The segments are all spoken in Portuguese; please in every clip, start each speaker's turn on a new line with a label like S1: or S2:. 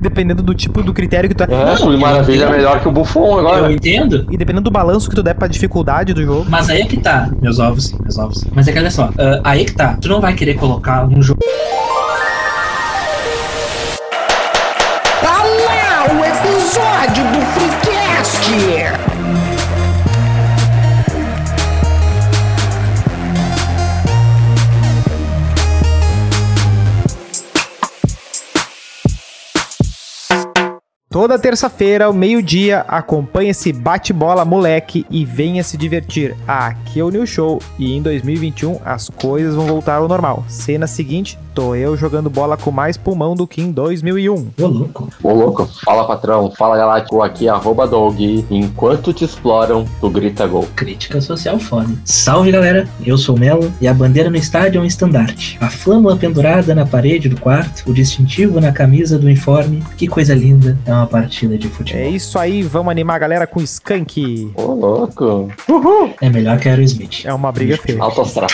S1: dependendo do tipo do critério que tu.
S2: É,
S3: Não,
S2: o Maravilha é
S3: eu-
S2: melhor que o Buffon
S3: Eu
S2: agora. né?
S3: entendo.
S1: E dependendo do balanço que tu der pra dificuldade do jogo.
S3: Mas aí é que tá, meus ovos, meus ovos. Mas é que olha só, ah, aí é que tá. Tu não vai querer colocar um jogo.
S4: Tá lá o episódio do Freecast!
S1: Toda terça-feira, ao meio-dia, acompanhe esse bate-bola moleque e venha se divertir. Aqui é o New Show e em 2021 as coisas vão voltar ao normal. Cena seguinte, tô eu jogando bola com mais pulmão do que em 2001.
S3: Ô, louco.
S2: Ô louco, fala patrão, fala galáctico aqui, arroba dog. Enquanto te exploram, tu grita gol.
S3: Crítica social foda. Salve galera, eu sou o Melo e a bandeira no estádio é um estandarte. A flâmula pendurada na parede do quarto, o distintivo na camisa do uniforme. Que coisa linda, é uma partida de
S1: É
S3: futebol.
S1: isso aí, vamos animar a galera com Skank.
S2: Ô louco,
S3: É melhor que Aerosmith.
S1: É uma briga feia.
S2: alto astral.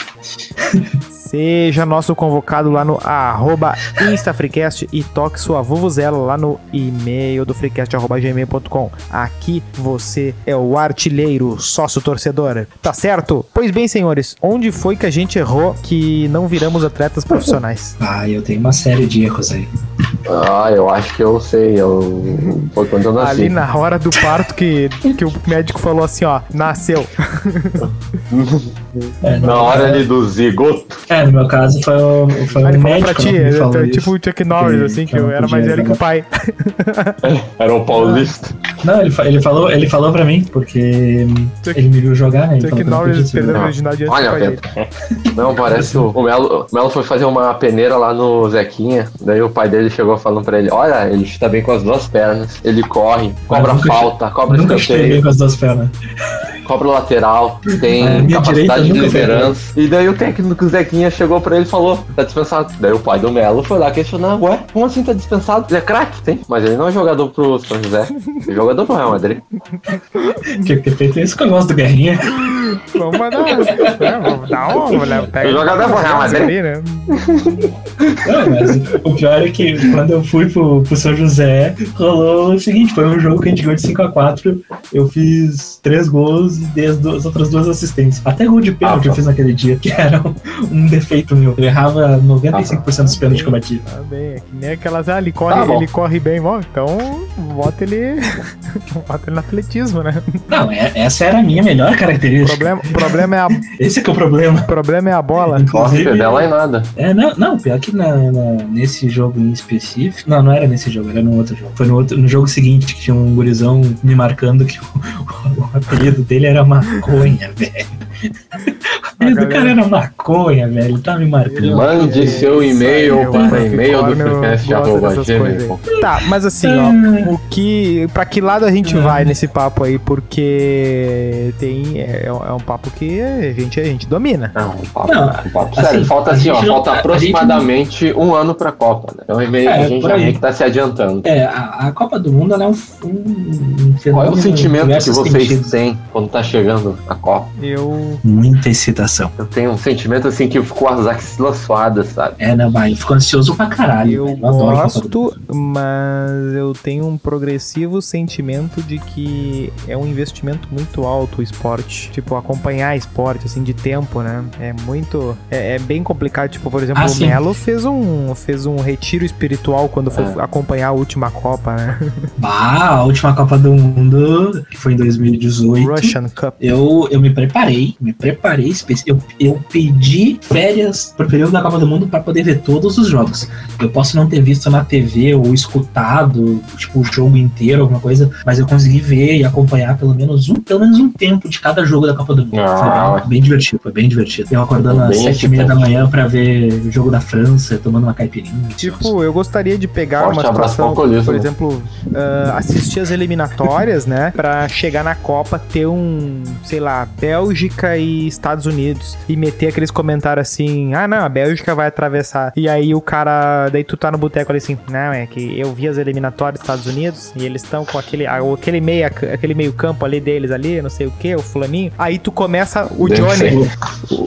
S1: Seja nosso convocado lá no arroba InstaFreecast e toque sua vuvuzela lá no e-mail do freecast.gmail.com. Aqui você é o artilheiro, sócio torcedor. Tá certo? Pois bem, senhores, onde foi que a gente errou que não viramos atletas profissionais?
S3: Ah, eu tenho uma série de erros aí.
S2: Ah, eu acho que eu sei, eu... foi quando eu nasci.
S1: Ali na hora do parto que, que o médico falou assim, ó, nasceu.
S3: É,
S2: Na hora ali do zigoto.
S3: É, no meu caso foi o, foi
S1: Aí
S3: um
S1: ele falou pra
S3: médico
S1: ti,
S3: que me
S1: é,
S3: falou
S1: é
S3: isso.
S1: tipo o Chuck Norris,
S3: Que-
S1: assim, que
S3: que
S1: eu
S3: não
S1: era
S3: podia
S1: mais velho que o
S3: jogar.
S1: pai.
S2: Era o paulista.
S3: Não, ele, fa- ele, falou, ele falou pra mim, porque hum,
S1: Chuck-
S3: ele me viu jogar, né? Ele
S1: Chuck
S3: falou pra mim que eu
S1: Norris
S3: tinha-
S1: perdeu a
S2: Não.
S1: virginidade
S3: Ah,
S1: antes
S2: Olha,
S1: do pai dele.
S2: Pedro. Não, parece o o Melo. O Melo foi fazer uma peneira lá no Zequinha. Daí o pai dele chegou falando pra ele: Olha, ele chuta bem com as duas pernas. Ele corre, cobra
S3: nunca
S2: falta, cobra
S3: Nunca chutei bem
S2: escanteio,
S3: com as duas pernas.
S2: cobra lateral, tem
S3: É, minha direita
S2: capacidade de
S3: nunca foi
S2: liderança. E daí o técnico Zequinha chegou pra ele e falou: Tá dispensado. Daí o pai do Melo foi lá questionar: Ué, como assim tá dispensado? Ele é craque, tem. Mas ele não é jogador pro São José. Ele é jogador pro Real Madrid.
S3: Que, que tem, tem esse que eu gosto do Guerrinha.
S1: Vamos mandar. né, Vamos dar uma, né, pega-
S2: Joga da bola,
S1: pega
S2: mas
S1: ali, né?
S3: Não, mas o pior é que quando eu fui pro, pro São José, rolou o seguinte: foi um jogo que a gente ganhou de 5x4. Eu fiz três gols e dei as, duas- as outras duas assistências. Até gol de pênalti
S2: Ah,
S3: eu fiz naquele dia, que era um, um defeito meu. Eu errava 95% dos pênaltis que eu batia.
S1: Tá bem, é que nem aquelas. Ah, ele corre,
S2: Tá bom.
S1: ele corre bem, bom. Então, bota ele. bota ele no atletismo, né?
S3: Não, é- essa era a minha melhor
S1: O
S3: característica.
S1: problema, o problema, é, a, o
S3: Esse que é o problema.
S1: problema é a bola.
S2: Corre,
S3: Inclusive,
S2: dela em nada.
S3: É, não, não, pior que na, na- nesse jogo em específico. Não, não era nesse jogo, era no outro jogo. Foi no, outro, no jogo seguinte que tinha um gurizão me marcando que o, o apelido dele era maconha, velho. O apelido
S1: A
S3: do cara
S1: galera-
S3: era maconha, velho. Ele tava me marcando.
S2: Mande
S1: É, isso
S2: seu
S1: aí,
S2: e-mail
S1: o
S2: para
S1: Capricórnio
S2: e-mail do
S1: gosta dessas coisas
S2: freecast.gmail.com.
S1: aí. Tá, mas assim, ó, o que. Pra que lado a gente vai nesse papo aí? Porque tem. É, é um é um papo que a gente, a gente domina.
S2: Não, um papo,
S3: Não,
S2: um papo
S3: assim,
S2: sério. Falta
S3: a
S2: assim, ó,
S3: gente não-
S2: falta
S3: a gente
S2: aproximadamente um ano pra Copa, né? Então e-mail
S3: É,
S2: a gente
S3: por
S2: já
S3: aí.
S2: meio que tá se adiantando.
S3: É, a, a Copa do Mundo ela é um, um, um
S2: Qual é
S3: fenômeno
S2: o
S3: em
S2: sentimento que
S3: diversos
S2: vocês
S3: sentidos.
S2: têm quando tá chegando a Copa?
S1: Eu.
S3: Muita excitação.
S2: Eu tenho um sentimento assim que ficou as axilas suadas, sabe?
S3: É, não, vai, eu fico ansioso pra caralho.
S1: Eu
S3: velho. adoro a Copa do
S1: gosto, mas eu tenho um progressivo sentimento de que é um investimento muito alto o esporte. Tipo, acompanhar esporte, assim, de tempo, né? É muito. É, é bem complicado. Tipo, por exemplo,
S3: Ah,
S1: o
S3: sim.
S1: Melo fez um, fez um retiro espiritual quando foi acompanhar a última Copa, né?
S3: Bah, a última Copa do Mundo, que foi em 2018.
S1: Russian Cup.
S3: Eu, eu me preparei, me preparei. espe- Eu, eu pedi férias pro período da Copa do Mundo pra poder ver todos os jogos. Eu posso não ter visto na TV ou escutado, tipo, o jogo inteiro, alguma coisa, mas eu consegui ver e acompanhar pelo menos um, pelo menos um tempo de cada jogo da Copa do Mundo.
S2: Ah.
S3: Foi bem, bem divertido, foi bem divertido. Eu acordando às
S2: Bem
S3: sete e meia da
S2: excitante.
S3: manhã pra ver o jogo da França, tomando uma caipirinha.
S1: Tipo, eu gostaria de pegar
S2: Forte
S1: uma
S2: abraço
S1: situação,
S2: pro alcoolismo.
S1: por exemplo, ah, assistir as eliminatórias, né? Pra chegar na Copa, ter um, sei lá, Bélgica e Estados Unidos e meter aqueles comentários assim: ah, não, a Bélgica vai atravessar. E aí o cara, daí tu tá no boteco ali assim: não, é que eu vi as eliminatórias dos Estados Unidos e eles estão com aquele, ah, aquele, meia, aquele meio campo ali deles ali, não sei o que, o fulaninho. Aí tu começa o
S2: Deve ser.
S1: Johnny.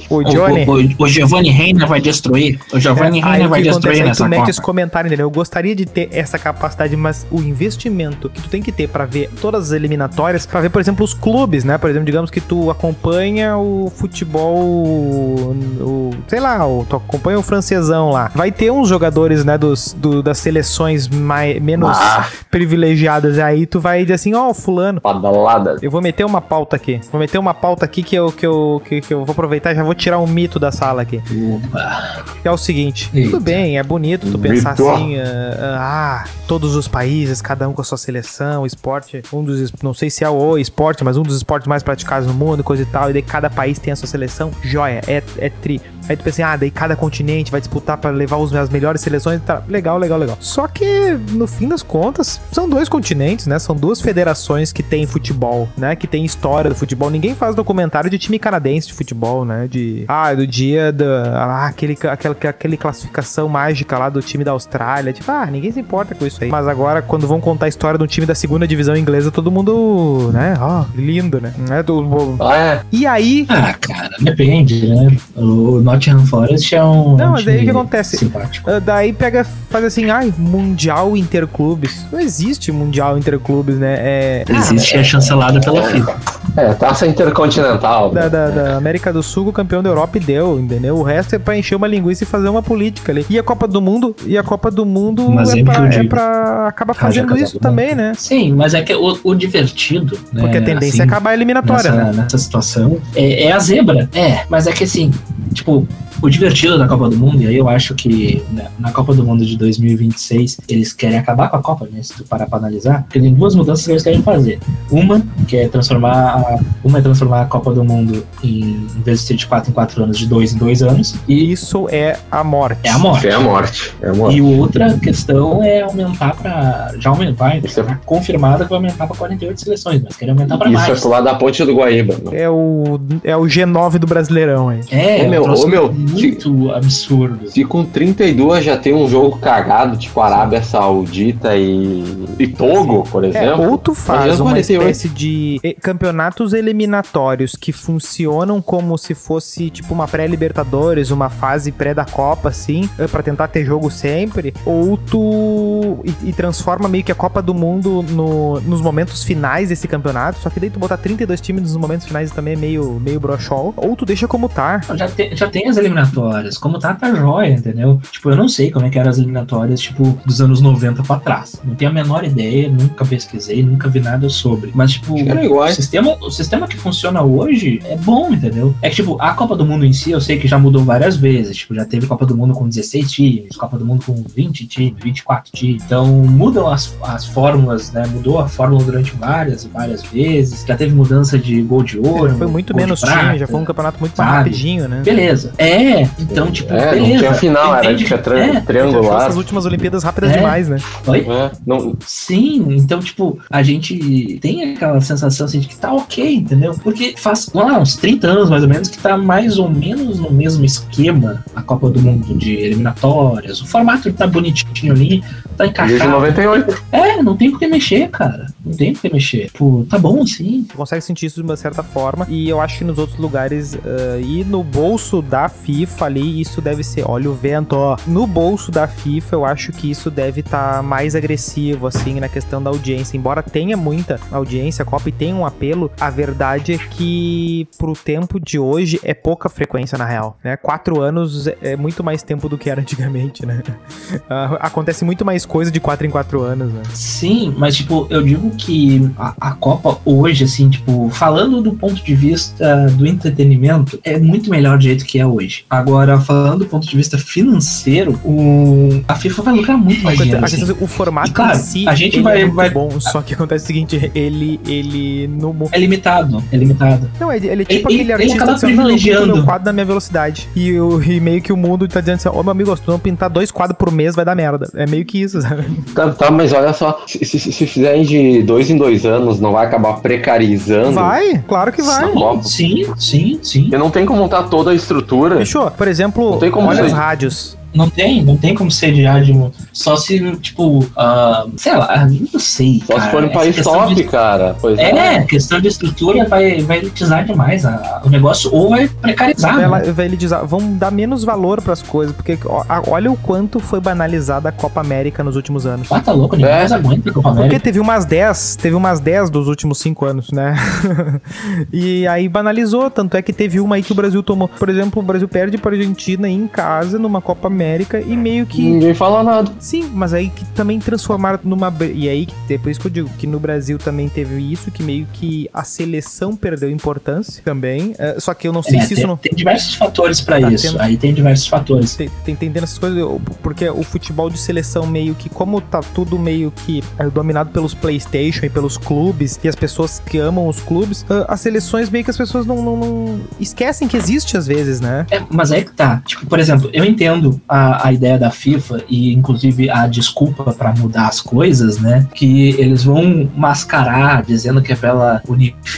S1: O, o Johnny.
S3: O, o, o Giovanni Reina vai destruir. O Giovanni
S1: É, aí
S3: Reina
S1: o
S3: vai
S1: que acontece,
S3: destruir
S1: aí tu
S3: nessa
S1: mete
S3: Copa.
S1: esse comentário, entendeu? Eu gostaria de ter essa capacidade, mas o investimento que tu tem que ter pra ver todas as eliminatórias, pra ver, por exemplo, os clubes, né? Por exemplo, digamos que tu acompanha o futebol, o, sei lá, o, tu acompanha o francesão lá. Vai ter uns jogadores, né, dos, do- das seleções mai- menos
S2: Ah.
S1: privilegiadas, e aí tu vai dizer assim, ó, o fulano...
S2: Badalada.
S1: Eu vou meter uma pauta aqui. Vou meter uma pauta aqui que eu, que eu, que, que eu vou aproveitar e já vou tirar um mito da sala aqui
S3: Opa.
S1: que é o seguinte:
S3: Eita.
S1: tudo bem, é bonito tu pensar
S2: Vitor.
S1: assim, ah, ah, todos os países, cada um com a sua seleção, esporte, um dos, es- não sei se é o esporte, mas um dos esportes mais praticados no mundo, coisa e tal, e daí cada país tem a sua seleção, joia, é, é tri. Aí tu pensa, assim, ah, daí cada continente vai disputar pra levar os, as melhores seleções, tá, legal, legal, legal. Só que, no fim das contas, são dois continentes, né? São duas federações que têm futebol, né? Que tem história do futebol. Ninguém faz documentário de time canadense de futebol, né? De, ah, do dia da, ah, aquele, ca- aquela, aquele classificação mágica lá do time da Austrália. Tipo, ah, ninguém se importa com isso aí. Mas agora, quando vão contar a história de um time da segunda divisão inglesa, todo mundo, né? Ó, lindo, né? Né, do-
S2: Ah, é.
S1: E aí,
S3: Ah, cara, depende, né? O Nottingham Forest é um.
S1: Não, mas daí
S3: time
S1: o que acontece?
S3: Simpático.
S1: Ah, Daí pega, faz assim, ai, Mundial Interclubes. Não existe Mundial Interclubes, né? É.
S3: Existe é chancelado pela FIFA.
S2: É, taça intercontinental.
S1: Da, da- da América do Sul, o campeão da Europa e deu, entendeu? O resto é pra encher uma linguiça e fazer uma política ali. E a Copa do Mundo, e a Copa do Mundo
S3: Mas
S1: é,
S3: é o que eu
S1: pra, é
S3: digo.
S1: pra acabar
S3: Haja
S1: fazendo
S3: Copa
S1: isso
S3: do Mundo.
S1: também, né?
S3: Sim, mas é que o, o divertido. né,
S1: Porque a tendência é
S3: assim,
S1: acabar a eliminatória,
S3: nessa,
S1: né?
S3: nessa situação é, é a zebra. É, mas é que assim, tipo, o divertido da Copa do Mundo, e aí eu acho que né, na Copa do Mundo de 2026 eles querem acabar com a Copa, né? Se tu parar pra analisar, porque tem duas mudanças que eles querem fazer. Uma, que é transformar a, uma é transformar a Copa do Mundo em, em vez de ser de 4 em 4 anos, de 2 em 2 anos, e
S1: Isso é a morte.
S3: é a morte.
S2: É a morte. É a morte.
S3: E outra questão é aumentar pra. Já aumentar, vai,
S2: Isso. é
S3: tá confirmada que vai aumentar pra 48 seleções, mas querem aumentar tá pra
S2: Isso é
S3: mais.
S2: pro lado da ponte do Guaíba. né?
S1: É o, é o G9 do Brasileirão, aí.
S3: É,
S2: Ô, meu,
S3: um troço
S2: ô, meu,
S3: muito absurdo.
S2: Se com 32 já tem um jogo cagado, tipo Arábia Saudita e, e Togo, por
S1: É,
S2: exemplo.
S1: ou tu faz
S2: Imagina
S1: uma
S2: 48.
S1: espécie de eh, campeonatos eliminatórios que funcionam como se fosse tipo uma pré-libertadores, uma fase pré da Copa, assim, eh, pra tentar ter jogo sempre, ou tu e, e transforma meio que a Copa do Mundo no- nos momentos finais desse campeonato, só que daí tu botar 32 times nos momentos finais também é meio, meio brochol, ou tu deixa como tá.
S3: Já tem, já tem as eliminatórias, como tá, tá jóia, entendeu? Tipo, eu não sei como é que eram as eliminatórias, tipo, dos anos 90 pra trás. Não tenho a menor ideia, nunca pesquisei, nunca vi nada sobre. Mas, tipo,
S2: Acho que era
S3: o
S2: igual.
S3: sistema, o sistema que funciona hoje é bom, entendeu? É que, tipo, a Copa do Mundo em si, eu sei que já mudou várias vezes. Tipo, já teve Copa do Mundo com 16 times, Copa do Mundo com 20 times, 24 times. Então, mudam as, as fórmulas, né? Mudou a fórmula durante várias e várias vezes. Já teve mudança de gol de ouro.
S1: foi muito
S3: gol de
S1: menos
S3: prata.
S1: time, já foi um campeonato muito mais
S3: sabe?
S1: rapidinho, né?
S3: Beleza. É, então, tipo,
S2: É, não
S3: beleza.
S2: tinha final, era
S3: Entende?
S2: tinha tri
S3: É,
S1: Achou
S2: triangular.
S1: essas últimas Olimpíadas rápidas
S3: É.
S1: demais, né?
S3: Oi?
S2: É, não,
S3: Sim, então, tipo, a gente tem aquela sensação assim, de que tá ok, entendeu? Porque faz lá uns 30 anos mais ou menos que tá mais ou menos no mesmo esquema a Copa do Mundo de eliminatórias. O formato tá bonitinho ali, tá
S2: desde
S3: encaixado.
S2: 98.
S3: É, não tem por que mexer, cara. Não tem por que mexer. Tipo, tá bom assim.
S1: Tu consegue sentir isso de uma certa forma. E eu acho que nos outros lugares ah, e no bolso da FIFA ali, isso deve ser. Olha o vento, ó. No bolso da FIFA, eu acho que isso deve estar mais agressivo, assim, na questão da audiência. Embora tenha muita audiência, a Copa e tenha um apelo, a verdade é que pro tempo de hoje é pouca frequência, na real. Né? Quatro anos é- é muito mais tempo do que era antigamente, né? Ah, acontece muito mais coisa de quatro em quatro anos, né?
S3: Sim, mas tipo, eu digo que a, a Copa hoje, assim, tipo, falando do ponto de vista do entretenimento, é muito melhor do jeito que é hoje. Agora, falando do ponto de vista financeiro, o... a FIFA vai lucrar muito mais dinheiro.
S1: A
S3: assim.
S1: questão é que o formato
S3: E, claro,
S1: em si
S3: a gente
S1: ele
S3: vai-
S1: é muito
S3: vai-
S1: bom, só que acontece o seguinte, ele, ele no mo-
S3: É limitado, é limitado.
S1: Não, ele, ele é tipo
S3: Ele-
S1: aquele
S3: ele
S1: artista
S3: acaba
S1: que assim, "Não, eu pinto
S3: privilegiando."
S1: meu quadro na minha velocidade. E, eu- e meio que o mundo tá dizendo assim, ô meu amigo, se tu não pintar dois quadros por mês, vai dar merda. É meio que isso, sabe?
S2: Tá, tá, mas olha só, se, se, se fizerem de dois em dois anos, não vai acabar precarizando?
S1: Vai, claro que vai.
S2: Logo.
S3: Sim, sim, sim.
S2: Eu não tenho como montar toda a estrutura.
S1: Fechou? Por exemplo,
S2: Não tem como
S1: olha
S2: ser.
S1: os rádios.
S3: Não tem, não tem como ser de ádimo. Só se, tipo, ah, sei lá, não sei.
S2: Só
S3: cara.
S2: se for um
S3: Essa
S2: país
S3: questão
S2: top,
S3: de-
S2: cara. Pois é.
S3: É, questão de estrutura vai, vai elitizar demais a- o negócio ou vai precarizar.
S1: Vai,
S3: né?
S1: lá- vai ele dizer, vão dar menos valor pras coisas, porque ó, a- olha o quanto foi banalizada a Copa América nos últimos anos.
S3: Ah, tá louco, ninguém
S2: É.
S3: mais aguenta a Copa
S1: Porque
S3: América.
S1: teve umas 10, teve umas 10 dos últimos 5 anos, né? e aí banalizou, tanto é que teve uma aí que o Brasil tomou. Por exemplo, o Brasil perde pra Argentina em casa, numa Copa América, e meio que.
S2: Ninguém fala nada.
S1: Sim, mas aí que também transformaram numa. br- E aí, que- é por isso que eu digo que no Brasil também teve isso, que meio que a seleção perdeu importância também. eh, só que eu não sei
S3: É,
S1: se isso
S3: tem,
S1: não.
S3: tem diversos fatores pra
S1: Tá
S3: isso.
S1: tendo-
S3: Aí tem diversos fatores.
S1: Tem- tem- Entendendo essas coisas, eu- porque o futebol de seleção meio que, como tá tudo meio que é, dominado pelos Playstation e pelos clubes, e as pessoas que amam os clubes, ah, as seleções meio que as pessoas não, não- não esquecem que existe às vezes, né?
S3: É, mas aí que tá. Tipo, por exemplo, eu entendo a, a ideia da FIFA e, inclusive, a desculpa pra mudar as coisas, né? Que eles vão mascarar dizendo que é pela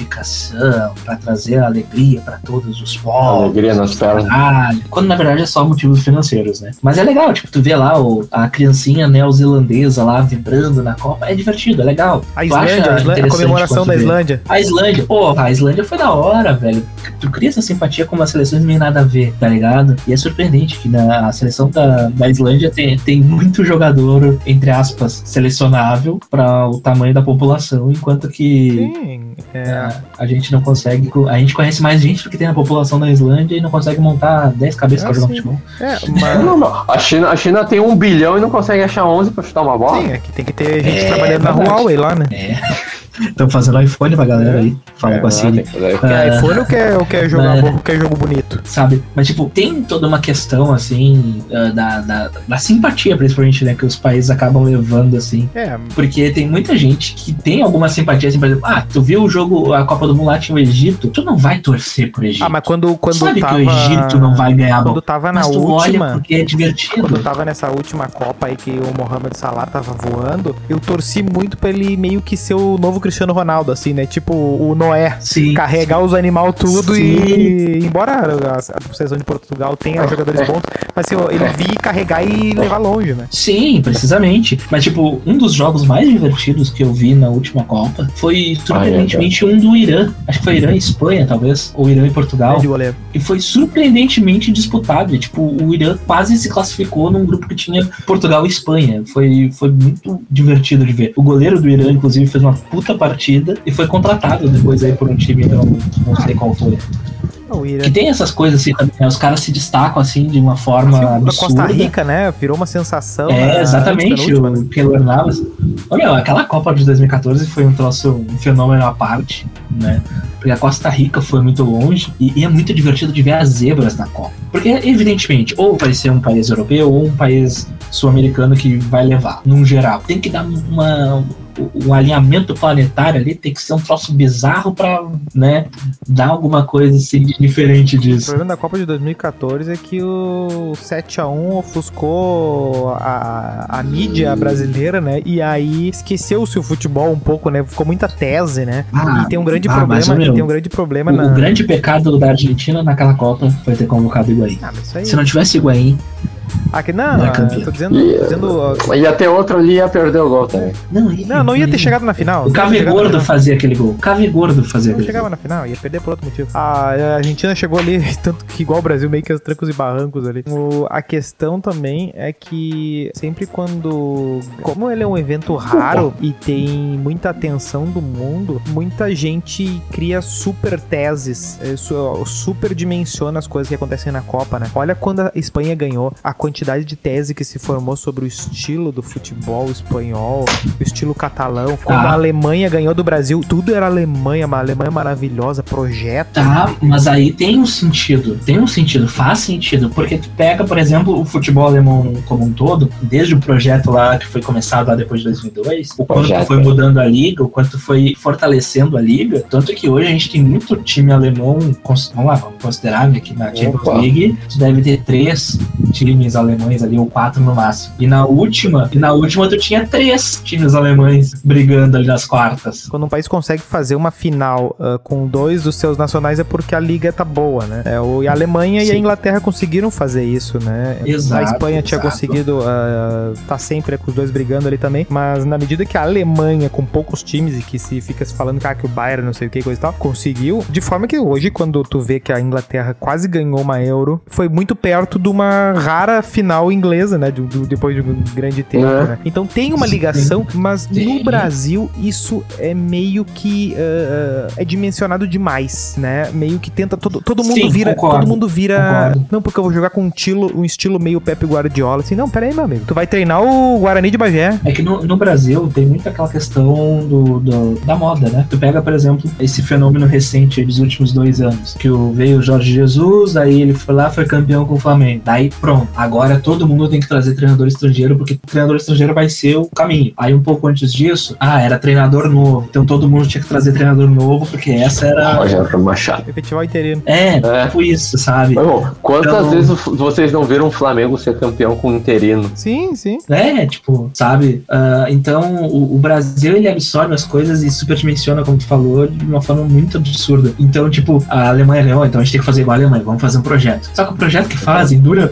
S3: unificação, pra trazer alegria pra todos os povos.
S2: Alegria nas pernas.
S3: Caralho. Quando na verdade é só motivos financeiros, né? Mas é legal, tipo, tu vê lá o, a criancinha neozelandesa lá vibrando na Copa. É divertido, é legal.
S1: A
S3: Tu
S1: Islândia,
S3: acha
S1: a, Islândia- a
S3: interessante
S1: comemoração
S3: quando
S1: da
S3: vê.
S1: Islândia.
S3: A Islândia, porra, a Islândia foi da hora, velho. Tu cria essa simpatia com uma seleção que nem nada a ver, tá ligado? E é surpreendente que na, a seleção da, da Islândia tem, tem muito jogador, entre aspas, selecionável pra o tamanho da população, enquanto que
S1: Sim, é.
S3: é, a gente não consegue. co- A gente conhece mais gente do que tem na população da Islândia e não consegue montar 10 cabeças
S1: Ah,
S3: pra jogar
S1: sim.
S3: futebol.
S1: é,
S2: Não,
S1: mas.
S2: não, não. A China, a China tem um bilhão e não consegue achar 11 pra chutar uma bola. Ah,
S1: Sim, é que tem que ter gente
S3: É,
S1: trabalhando na
S3: verdade.
S1: Huawei lá, né?
S3: Estão fazendo iPhone pra galera aí. Fala
S2: É,
S3: com a
S2: não,
S3: Siri.
S2: tem que fazer.
S1: Porque
S3: Ah.
S1: É, iPhone ou quer, ou quer jogar
S3: Mas-
S1: bom, quer é jogo bonito?
S3: sabe? Mas, tipo, tem toda uma questão, assim, ah, da, da, da simpatia, principalmente, né? Que os países acabam levando, assim.
S1: É,
S3: Porque tem muita gente que tem alguma simpatia, assim, por exemplo, ah, tu viu o jogo, a Copa do Mundo lá tinha o Egito, tu não vai torcer pro Egito.
S1: ah, mas quando, quando
S3: Sabe
S1: tava.
S3: que o Egito não vai ganhar a
S1: Quando
S3: bola.
S1: tava na
S3: Mas tu
S1: última.
S3: olha porque é divertido.
S1: Quando eu tava nessa última Copa aí que o Mohamed Salah tava voando, eu torci muito pra ele meio que ser o novo Cristiano Ronaldo, assim, né? Tipo o Noé.
S3: Sim.
S1: Carregar os animal tudo
S3: Sim.
S1: e. Embora a, a seleção de Portugal tenha jogadores bons, mas assim, ele vi carregar e levar longe, né?
S3: Sim, precisamente. Mas, tipo, um dos jogos mais divertidos que eu vi na última Copa foi, surpreendentemente, um do Irã. Acho que foi Irã e Espanha, talvez. Ou Irã e Portugal.
S1: Grande goleiro.
S3: E foi surpreendentemente disputado. E, Tipo, o Irã quase se classificou num grupo que tinha Portugal e Espanha. Foi, foi muito divertido de ver. O goleiro do Irã, inclusive, fez uma puta partida e foi contratado depois aí por um time que eu não, não sei qual foi.
S1: Ah, O Irã.
S3: Que tem essas coisas assim também, né? Os caras se destacam assim de uma forma
S1: Assim, da
S3: absurda.
S1: Costa Rica, né? Virou uma sensação.
S3: É,
S1: né?
S3: exatamente,
S1: Antepenúltima, né?
S3: o Keylor Navas. Ô, meu, aquela Copa de 2014 foi um troço, um fenômeno à parte, né? Porque a Costa Rica foi muito longe e, e é muito divertido de ver as zebras na Copa. Porque, evidentemente, ou vai ser um país europeu ou um país sul-americano que vai levar, num geral. Tem que dar uma. Um alinhamento planetário ali tem que ser um troço bizarro pra, né, dar alguma coisa assim de diferente
S1: O
S3: disso.
S1: problema da Copa de 2014 é que o 7x1 ofuscou a, a mídia brasileira, né? E aí esqueceu-se o futebol um pouco, né? Ficou muita tese, né?
S3: Ah,
S1: e tem um grande
S3: ah, mas,
S1: problema,
S3: ô,
S1: e
S3: meu,
S1: tem um grande problema
S3: O,
S1: na.
S3: o grande pecado da Argentina naquela Copa foi ter convocado o Higuaín.
S1: Ah, mas isso aí.
S3: Se não tivesse Higuaín,
S1: Aqui, não,
S3: Não é
S1: ah,
S3: campeão.
S1: tô dizendo. tô dizendo, ó,
S2: E até outro ali ia perder o gol também.
S3: não ia.
S1: não, não ia ter chegado na final.
S3: O
S1: Não
S3: Cave
S1: ia ter chegado na
S3: Gordo
S1: final.
S3: fazia aquele gol. O Cave Gordo fazia
S1: Não
S3: aquele gol.
S1: chegava na final, ia perder por outro motivo. A a Argentina chegou ali, tanto que igual o Brasil, meio que aos trancos e barrancos ali. O- a questão também é que sempre quando. Como ele é um evento raro e tem muita atenção do mundo, muita gente cria super teses, é, su- super dimensiona as coisas que acontecem na Copa, né? Olha quando a Espanha ganhou, a a quantidade de tese que se formou sobre o estilo do futebol espanhol, o estilo catalão, quando
S3: Tá.
S1: a Alemanha ganhou do Brasil, tudo era Alemanha, uma Alemanha maravilhosa, projeto.
S3: Tá, mas aí tem um sentido, tem um sentido, faz sentido, porque tu pega, por exemplo, o futebol alemão como um todo, desde o projeto lá que foi começado lá depois de 2002, o quanto
S2: Projeto. é.
S3: foi mudando a liga, o quanto foi fortalecendo a liga, tanto que hoje a gente tem muito time alemão, cons- vamos lá, vamos considerar né, que na Champions
S2: Opa.
S3: League, tu deve ter três times alemães ali, ou quatro no máximo, e na última, e na última tu tinha três times alemães brigando ali nas quartas.
S1: Quando um país consegue fazer uma final ah, com dois dos seus nacionais é porque a liga tá boa, né? É, o, e a Alemanha e a
S3: Sim.
S1: Inglaterra conseguiram fazer isso, né?
S3: Exato,
S1: A Espanha tinha
S3: exato.
S1: conseguido ah, tá sempre com os dois brigando ali também, mas na medida que a Alemanha, com poucos times e que se fica se falando ah, que o Bayern não sei o que coisa e tal, conseguiu, de forma que hoje, quando tu vê que a Inglaterra quase ganhou uma Euro, foi muito perto de uma rara final inglesa, né? De- do- depois de um grande tempo,
S2: É.
S1: né? Então tem uma
S3: Sim.
S1: ligação, mas no
S3: Sim.
S1: Brasil isso é meio que ah, ah, é dimensionado demais, né? Meio que tenta todo, todo mundo
S3: Sim,
S1: vira,
S3: concordo.
S1: todo mundo vira,
S3: Concordo.
S1: não porque eu vou jogar com um estilo, um estilo meio Pepe Guardiola, assim, não, pera aí, meu amigo, tu vai treinar o Guarani de Bagé.
S3: É que no, no Brasil tem muito aquela questão do, do- da moda, né? Tu pega, por exemplo, esse fenômeno recente dos últimos dois anos, que o- veio o Jorge Jesus, aí ele foi lá, foi campeão com o Flamengo. Daí, pronto. Agora todo mundo tem que trazer treinador estrangeiro, porque treinador estrangeiro vai ser o caminho. Aí um pouco antes disso, ah, era treinador novo. Então todo mundo tinha que trazer treinador novo, porque essa era.
S2: Rogério Machado.
S1: Efetivar interino.
S3: É,
S2: É.
S3: tipo isso, sabe?
S2: Mas, bom, quantas
S3: Então-
S2: vezes o F- vocês não viram o Flamengo ser campeão com o Interino?
S1: Sim, sim.
S3: É, tipo, sabe? Ah, então, o, o Brasil, ele absorve as coisas e superdimensiona, como tu falou, de uma forma muito absurda. Então, tipo, a Alemanha ganhou, então a gente tem que fazer igual a Alemanha, vamos fazer um projeto. Só que o projeto que fazem dura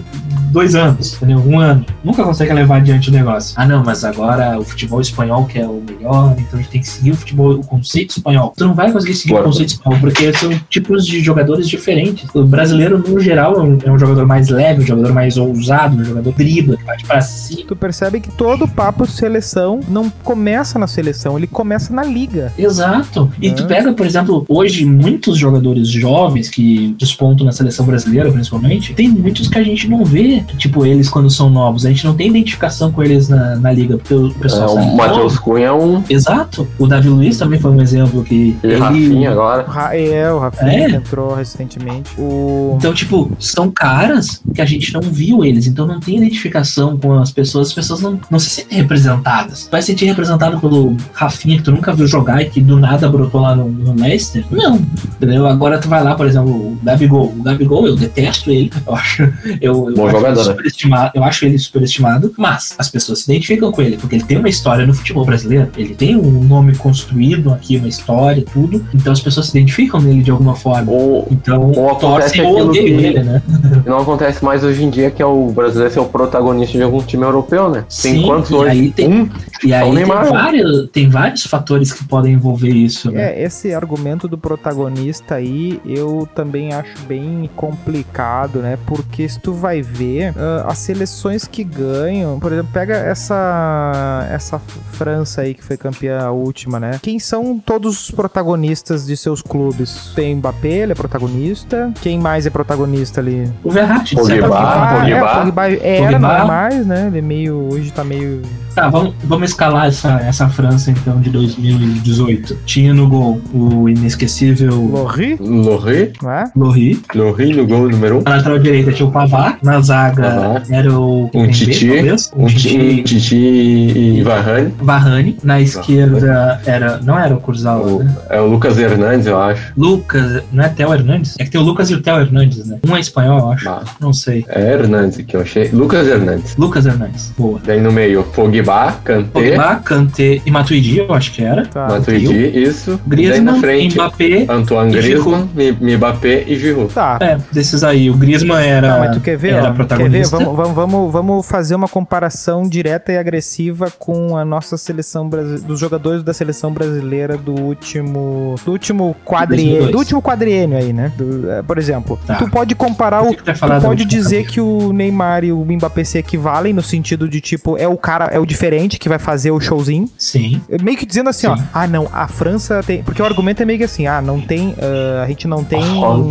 S3: dois anos, entendeu? Um ano. Nunca consegue levar adiante o negócio. Ah, não, mas agora o futebol espanhol que é o melhor, então a gente tem que seguir o futebol, o conceito espanhol. Tu não vai conseguir seguir o
S2: Claro.
S3: conceito espanhol, porque são tipos de jogadores diferentes. O brasileiro, no geral, é um, é um jogador mais leve, um jogador mais ousado, um jogador dribla, que bate pra cima.
S1: Tu percebe que todo o papo de seleção não começa na seleção, ele começa na liga.
S3: Exato. E
S1: É.
S3: tu pega, por exemplo, hoje muitos jogadores jovens que despontam na seleção brasileira, principalmente, tem muitos que a gente não vê, tipo, eles quando são novos. A gente não tem identificação com eles na, na liga, porque o
S2: É,
S3: pessoal
S2: o
S3: sabe.
S2: Matheus Cunha é um.
S3: Exato. O Davi Luiz também foi um exemplo que
S2: E é Rafinha agora.
S1: O Rael, o Rafinha
S3: É?
S1: que entrou recentemente. O
S3: Então, tipo, são caras que a gente não viu eles, então não tem identificação com as pessoas, as pessoas não, não se sentem representadas. Vai se sentir representado pelo Rafinha que tu nunca viu jogar e que do nada brotou lá no, no Leicester? Não, entendeu? Agora tu vai lá, por exemplo, o Gabigol. O Gabigol, eu detesto ele, eu acho, eu, eu
S2: Bom
S3: acho
S2: jogador,
S3: ele
S2: né?
S3: superestimado, eu acho ele superestimado, mas as pessoas se identificam com ele, porque ele tem uma história no futebol brasileiro, ele tem um nome construído aqui, uma história, tudo, então as pessoas se identificam nele de alguma forma.
S2: Ou
S3: Então,
S2: Ou acontece
S3: torcem ou
S2: aquilo
S3: odeiam
S2: que-
S3: ele, né?
S2: não acontece mais hoje em dia que é o brasileiro ser o protagonista de algum time europeu, né?
S3: Sim,
S2: tem quantos
S3: e
S2: hoje?
S3: aí tem-
S2: Um?
S3: E aí
S2: o
S3: tem
S2: Neymar.
S3: vários, tem vários fatores que podem envolver isso, né?
S1: É, esse argumento do protagonista aí, eu também acho bem complicado, né? Porque se tu vai ver, ah, as seleções que ganham, por exemplo, pega essa essa França aí que foi campeã última, né? Quem são todos os protagonistas de seus clubes? Tem Mbappé, ele é protagonista. Quem mais é protagonista ali?
S3: O Verratti, de
S2: Pogba.
S3: certa forma. né?
S2: Pogba.
S1: é, Pogba era, não é
S3: Pogba.
S1: mais, né? Ele é meio, hoje tá meio
S3: Tá, vamos, vamos escalar essa, essa França, então, de 2018. Tinha no gol o inesquecível
S1: Lorri,
S2: Lorri?
S1: não é?
S3: Lohri.
S2: Lorri no gol número um.
S3: Na lateral direita tinha o Pavar. Na zaga
S2: Pavar.
S3: era o... Kimpembe,
S2: Um Titi.
S3: talvez. O
S2: Um Titi,
S3: Titi.
S2: Titi e Varane.
S3: Varane. Na esquerda era... Não era o Kurzawa,
S2: O-
S3: né?
S2: É o Lucas Hernandes, eu acho.
S3: Lucas, não é Theo Hernandes? É que tem o Lucas e o Theo Hernandes, né? Um é espanhol, eu acho.
S2: Bah,
S3: Não sei.
S2: É Hernandes que eu achei. Lucas Hernandes.
S3: Lucas Hernandes. Boa.
S2: Daí no meio, Pogba, Kanté,
S3: Pogba, Kanté e Matuidi, eu acho que era.
S1: Tá.
S2: Matuidi, isso. Daí na
S3: Griezmann,
S2: frente,
S3: Mbappé.
S2: Antoine
S3: e
S2: Griezmann, Mi- Mbappé e Giroud.
S1: Tá,
S3: É, desses aí. O Griezmann
S1: Não,
S3: era...
S1: mas tu quer ver?
S3: era
S1: ó, quer ver?
S3: Ah, é protagonista.
S1: Vamos, vamos, vamos, vamos fazer uma comparação direta e agressiva com a nossa seleção brasi- dos jogadores da seleção brasileira do último do último quadriênio,
S3: 2002.
S1: do último quadriênio aí, né? Do- é, por exemplo,
S3: Tá.
S1: tu pode comparar
S3: Eu
S1: o
S3: tinha que ter
S1: Tu
S3: falado
S1: pode
S3: antes,
S1: dizer
S3: né?
S1: que o Neymar e o Mbappé se equivalem no sentido de tipo, é o cara, é o diferente que vai fazer o showzinho.
S3: Sim.
S1: Meio que dizendo assim, ó,
S3: Sim.
S1: ah não, a França tem. Porque o argumento é meio que assim, ah, não tem. ah, a gente não tem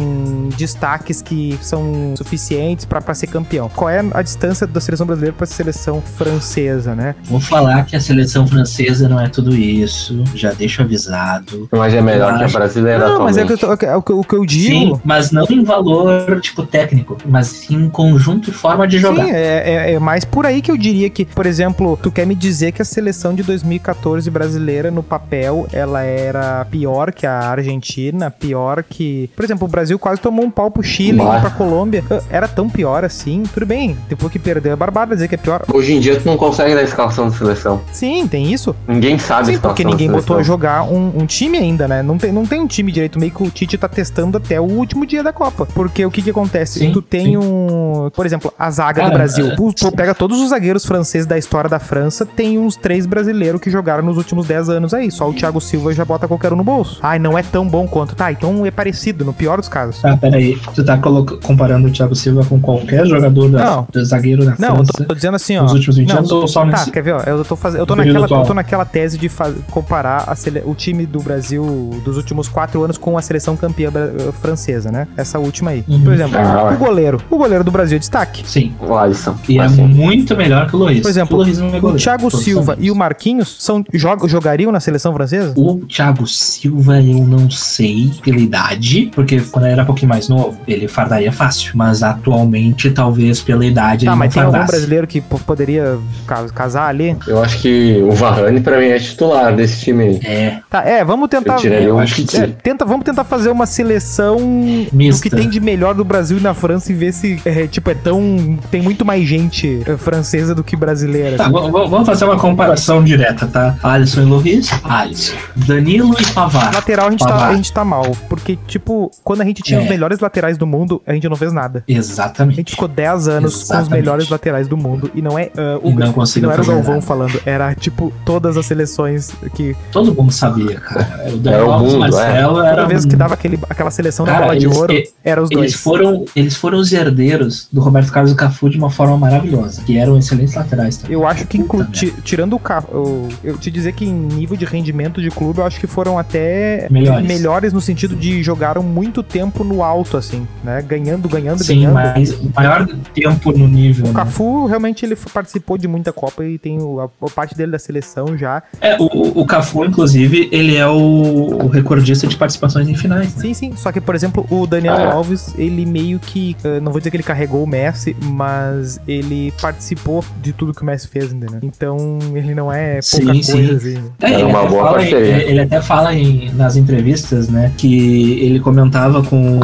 S1: um destaques que são suficientes pra pra ser campeão. Qual é a distância da seleção brasileira pra seleção francesa, né?
S3: Vou falar que a seleção francesa não é tudo isso. Já deixo avisado.
S2: Mas é melhor
S3: Eu
S2: que a
S3: acho-
S2: brasileira
S1: Não, mas
S2: atualmente.
S1: é o que eu, tô- é o que eu- o que eu digo.
S3: Sim, mas não em valor, tipo, técnico, mas sim conjunto e forma de jogar.
S1: Sim, é, é- é mais por aí que eu diria que, por exemplo, tu quer me dizer que a seleção de 2014 brasileira, no papel, ela era pior que a Argentina, pior que. Por exemplo, o Brasil quase tomou um pau pro Chile,
S2: Bah.
S1: pra Colômbia. Era tão pior assim? Tudo bem, depois que perdeu é barbada dizer que é pior.
S2: Hoje em dia tu não consegue dar a escalação da seleção.
S1: Sim, tem isso.
S2: Ninguém sabe a
S1: Sim,
S2: escalação
S1: porque
S2: da
S1: ninguém botou a
S2: seleção.
S1: jogar um, um time ainda, né? Não tem, não tem um time direito. Meio que o Tite tá testando até o último dia da Copa. Porque o que que acontece?
S3: Sim,
S1: tu tem
S3: sim.
S1: um. Por exemplo, a zaga do
S3: Cara,
S1: Brasil.
S3: é,
S1: Tu, tu
S3: sim.
S1: pega todos os zagueiros franceses da história da França, tem uns três brasileiros que jogaram nos últimos 10 anos aí. Só o Thiago Silva já bota qualquer um no bolso. Ai, não é tão bom quanto. Tá, então é parecido, no pior dos casos.
S3: Tá, peraí. Tu tá coloca- comparando o Thiago Silva com qualquer jogador da,
S1: Não.
S3: do zagueiro da
S1: Não, eu tô,
S3: França
S1: tô dizendo assim, ó.
S3: nos últimos 20
S1: Não,
S3: anos ou só
S1: Tá,
S3: nesse.
S1: quer ver? ó, Eu tô, fazendo, eu tô,
S3: No período
S1: naquela, eu tô
S3: atual.
S1: naquela tese de fa- comparar a sele- o time do Brasil dos últimos quatro anos com a seleção campeã bra- eh, francesa, né? Essa última aí.
S3: Uhum.
S1: Por exemplo,
S2: Ah,
S1: o
S2: vai.
S1: goleiro. O goleiro do Brasil é destaque.
S3: Sim.
S2: O Alisson.
S3: E é
S2: assim.
S3: muito melhor que o Luiz.
S1: Por exemplo,
S3: o, Luiz não é um
S1: O
S3: goleiro,
S1: Thiago
S3: todos
S1: Silva
S3: sabemos.
S1: e o Marquinhos são, jog- jogariam na seleção francesa?
S3: O Thiago Silva, eu não sei pela idade, porque quando ele era um pouquinho mais novo, ele fardaria fácil. Mas atualmente, talvez pela idade,
S1: Tá,
S3: ele não
S1: mas tem algum
S3: fardasse.
S1: brasileiro que po- poderia ca- casar ali?
S2: Eu acho que o Varane pra mim é titular desse time aí.
S3: É,
S1: Tá, é, vamos tentar.
S2: Eu tiraria
S3: eu
S2: um
S3: acho que
S1: é,
S2: Tite.
S1: tenta, vamos tentar fazer uma seleção do
S3: mista.
S1: que tem de melhor do Brasil e na França e ver se é, tipo, é tão. Tem muito mais gente eh, francesa do que brasileira.
S3: Tá, v- v- vamos fazer uma comparação direta, tá? Alisson e Luiz, Alisson. Danilo e Pavar.
S1: Lateral a gente, tá,
S3: Babá.
S1: a gente tá mal. Porque, tipo, quando a gente tinha
S3: É.
S1: os melhores laterais do mundo, a gente não fez nada. A gente
S3: Exatamente.
S1: ficou 10 anos com os
S3: Exatamente.
S1: melhores laterais do mundo. E não é ah, o
S3: E não
S1: e
S3: conseguiu
S1: não era o
S3: fazer
S1: Galvão
S3: nada.
S1: falando, era tipo todas as seleções que.
S3: Todo mundo sabia, cara. O
S2: Era
S3: Daniel
S2: o
S3: Alves
S2: mundo,
S3: Marcelo era.
S1: é. Toda vez
S3: um-
S1: que dava aquele, aquela seleção da
S3: Cara,
S1: bola de
S3: eles-
S1: ouro,
S3: e-
S1: eram os dois.
S3: Eles foram, eles foram os herdeiros do Roberto Carlos e Cafu de uma forma maravilhosa, que eram excelentes laterais também.
S1: Eu acho que, inclu-
S3: Puta
S1: ti- tirando o carro, eu, eu te dizer que em nível de rendimento de clube, eu acho que foram até
S3: Melhores.
S1: melhores no sentido de jogaram muito tempo no alto, assim, né? Ganhando, ganhando,
S3: Sim,
S1: ganhando.
S3: mas o maior tempo no nível.
S1: O
S3: né?
S1: Cafu realmente ele f- participou de muita Copa e tem o- a, a parte dele da seleção já.
S3: É, o, o Cafu, inclusive, ele é o, o recordista de participações em finais. né?
S1: Sim, sim. Só que, por exemplo, o Daniel
S2: Ah.
S1: Alves, ele meio que. eh, não vou dizer que ele carregou o Messi, mas ele participou de tudo que o Messi fez, entendeu? Então ele não é pouca
S3: Sim,
S1: coisa.
S3: sim.
S1: assim.
S3: É,
S2: Era
S3: ele,
S2: uma
S3: até
S2: boa
S3: fala em-
S2: parceria.
S3: ele até fala em- nas entrevistas, né, que ele comentava com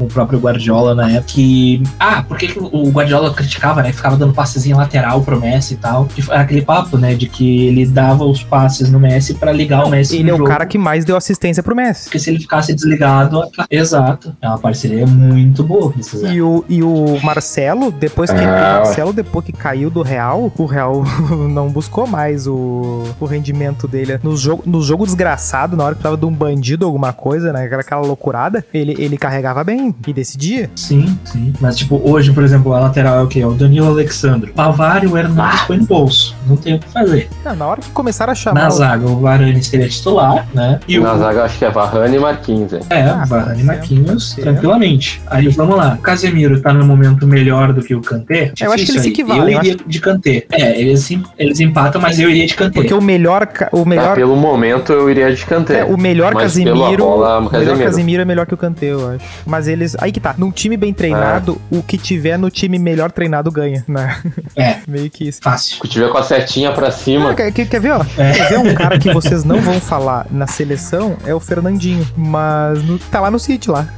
S3: o próprio Guardiola na época que, ah, por que, que o Guardiola criticava, né, que ficava dando passezinho lateral pro Messi e tal, que era aquele papo, né, de que ele dava os passes no Messi pra ligar o Messi
S1: Ele
S3: no
S1: é o
S3: jogo.
S1: cara que mais deu assistência pro Messi.
S3: Porque se ele ficasse desligado. Exato. É uma parceria muito boa que eles fizeram.
S1: E o, e o Marcelo, depois que
S2: Ah,
S1: o
S2: ué.
S1: Marcelo, depois que caiu do Real, o Real não buscou mais o, o rendimento dele. No jogo, no jogo desgraçado, na hora que tava de um bandido ou alguma coisa, né? Aquela, aquela loucurada, ele, ele carregava bem e decidia.
S3: Sim, sim. Mas, tipo, hoje, por exemplo, a lateral é o quê? É o Danilo Alexandro. Pavar e o Hernandes
S1: Ah!
S3: foi no bolso. Não tem o que fazer.
S1: Não, na hora que começaram a
S3: Na
S1: chamar. o-
S3: zaga, o Varane seria titular, né? E o.
S2: Na zaga eu acho que é Varane e Marquinhos, hein?
S3: É,
S1: Ah, pode
S3: Varane
S1: ser,
S3: e Marquinhos,
S1: pode ser.
S3: tranquilamente. Aí vamos lá. O Casemiro tá num momento melhor do que o Kanté?
S1: Eu acho que eles
S3: Difícil
S1: se
S3: aí.
S1: equivalem, eu
S3: Eu iria de Kanté. É, eles, em- eles empatam, mas eu iria de Kanté.
S1: Porque o melhor. ca- O
S2: Ah,
S1: melhor.
S2: pelo momento eu iria de
S1: É,
S2: canteiro.
S1: o melhor
S2: Mas pela
S1: Casimiro.
S2: bola,
S1: o melhor
S2: Casemiro.
S1: Casimiro é melhor que o Kanté, eu acho. Mas eles. Aí que tá. Num time bem treinado,
S2: É.
S1: o que tiver no time melhor treinado ganha, né?
S3: É.
S1: Meio que isso.
S3: Fácil.
S2: Se tiver com a setinha pra
S1: Ah,
S2: cima,
S1: quer, quer- quer ver, ó?
S3: É.
S1: Quer ver um cara que vocês não vão falar na seleção? É o Fernandinho. Mas no- tá lá no City lá.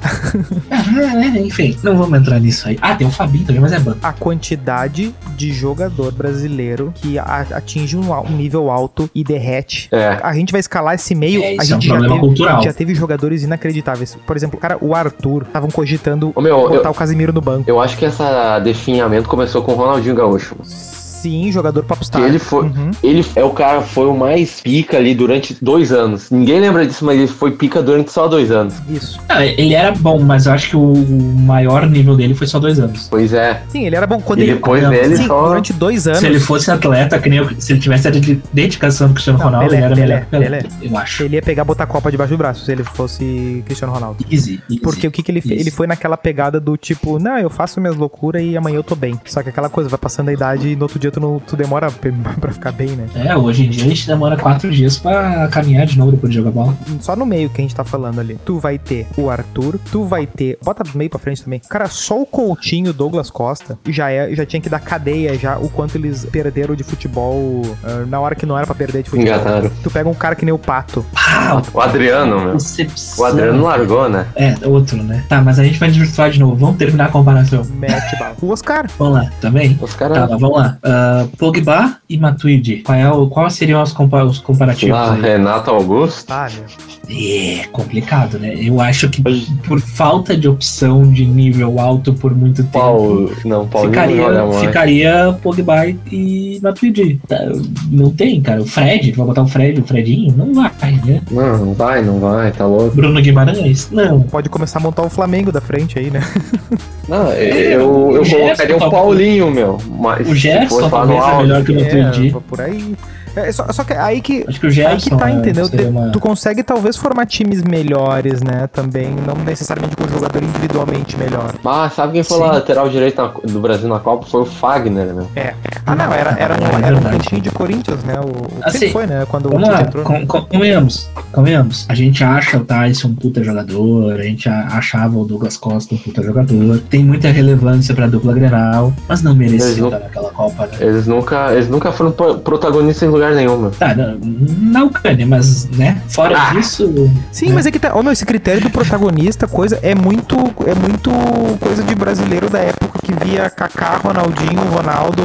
S3: Ah, é, enfim, não vamos entrar nisso aí. Ah, tem o Fabinho também, mas é banco.
S1: A quantidade de jogador brasileiro que a- atinge um, al- um nível alto e derrete.
S2: é.
S1: A gente vai escalar esse meio.
S3: É,
S1: a
S3: isso é um
S1: gente já
S3: problema
S1: teve,
S3: cultural.
S1: já teve jogadores inacreditáveis. Por exemplo, cara, o Arthur. Estavam cogitando
S2: Ô, meu,
S1: botar
S2: eu,
S1: o Casimiro no banco.
S2: eu acho que essa definhamento começou com o Ronaldinho Gaúcho.
S1: Sim, jogador
S2: Que
S1: popstar.
S2: ele foi.
S1: Uhum.
S2: Ele é o cara, foi o mais pica ali durante dois anos. Ninguém lembra disso, mas ele foi pica durante só dois anos.
S1: Isso.
S3: Ah, ele era bom, mas eu acho que o maior nível dele foi só dois anos.
S2: Pois é.
S1: Sim, ele era bom. Quando
S2: E
S1: ele,
S2: depois
S3: ele-
S2: dele
S1: Sim,
S2: só.
S1: durante dois anos.
S3: Se ele fosse atleta, que nem eu- se ele tivesse a de- dedicação do Cristiano
S1: Não,
S3: Ronaldo,
S1: Pelé,
S3: ele era
S1: Pelé,
S3: melhor que Pelé,
S1: Pelé.
S3: eu acho.
S1: Ele ia pegar botar a Copa debaixo do braço se ele fosse Cristiano Ronaldo.
S3: Easy, easy.
S1: Porque o que, que ele fez?
S3: Isso.
S1: Ele foi naquela pegada do tipo, não, eu faço minhas loucuras e amanhã eu tô bem. Só que aquela coisa, vai passando a idade e no outro dia tu, não, tu demora pe- pra ficar bem, né?
S3: É, hoje em dia a gente demora quatro dias pra caminhar de novo depois de jogar bola.
S1: Só no meio que a gente tá falando ali. Tu vai ter o Arthur, tu vai ter. Bota do meio pra frente também. Cara, só o Coutinho, Douglas Costa, já, é, já tinha que dar cadeia já o quanto eles perderam de futebol ah, na hora que não era pra perder de futebol.
S2: Enganaram.
S1: Tu pega um cara que nem o Pato.
S3: Pau!
S2: O Adriano, meu.
S3: Ah, Concepção.
S2: O Adriano largou, né?
S3: É, outro, né? Tá, mas a gente vai desvirtuar de novo. Vamos terminar a comparação.
S1: Mete bala. O Oscar.
S3: Vamos lá, também?
S2: Os
S3: Tá,
S2: caras.
S3: mas vamos lá. Ah, Pogba e Matuidi. Qual, é o- qual seriam os, compa- os comparativos?
S2: Lá,
S3: aí?
S2: Renato Augusto.
S1: Ah, meu.
S3: É complicado, né? Eu acho que por falta de opção de nível alto por muito tempo.
S2: Paulo. Não, Paulinho não joga
S3: Ficaria,
S2: mais.
S3: ficaria Pogba e Matuidi. Tá, Não tem, cara. O Fred, vai botar o Fred, o Fredinho? Não vai, né?
S2: Não, não vai, não vai, tá louco.
S3: Bruno Guimarães? Não.
S1: Pode começar a montar o Flamengo da frente aí, né?
S2: Não,
S3: É,
S2: eu, eu
S3: o Gerson
S2: colocaria o
S3: talvez.
S2: Paulinho, meu. Mas
S3: O
S2: se fosse
S3: Gerson
S2: lá
S3: talvez
S2: no
S3: é
S2: auge-
S3: melhor que o Matuidi.
S1: É, por aí. É, só, só que aí que.
S3: Acho que o
S1: Aí que
S3: Gerson
S1: tá,
S3: é,
S1: entendeu?
S3: seria uma-
S1: Tu consegue talvez formar times melhores, né? Também, não necessariamente com o jogador individualmente melhor.
S2: Ah, sabe quem foi
S3: Sim.
S2: lá lateral direito na- do Brasil na Copa? Foi o Fagner, meu.
S1: Ah, não, era, era, um,
S3: É
S1: era um
S3: verdade.
S1: cantinho de Corinthians, né? O, o
S3: Assim,
S1: sempre foi, né? Quando o
S3: Vamos
S1: Tite
S3: lá,
S1: entrou.
S3: com- com- convenhamos, convenhamos. A gente acha o Tyson um puta jogador, a gente a- achava o Douglas Costa um puta jogador. Tem muita relevância pra dupla Grenal, mas não
S2: Eles
S3: merecia
S2: não-
S3: estar naquela Copa, né?
S2: Eles nunca, eles nunca foram pro- protagonistas em lugar nenhum, meu.
S3: Tá, na, na Ucrânia, mas, né? Fora
S2: Ah.
S3: disso,
S1: Sim, mas é que tá. Ô, meu, esse critério do protagonista, coisa, é muito. É muito coisa de brasileiro da época que via Kaká, Ronaldinho, Ronaldo.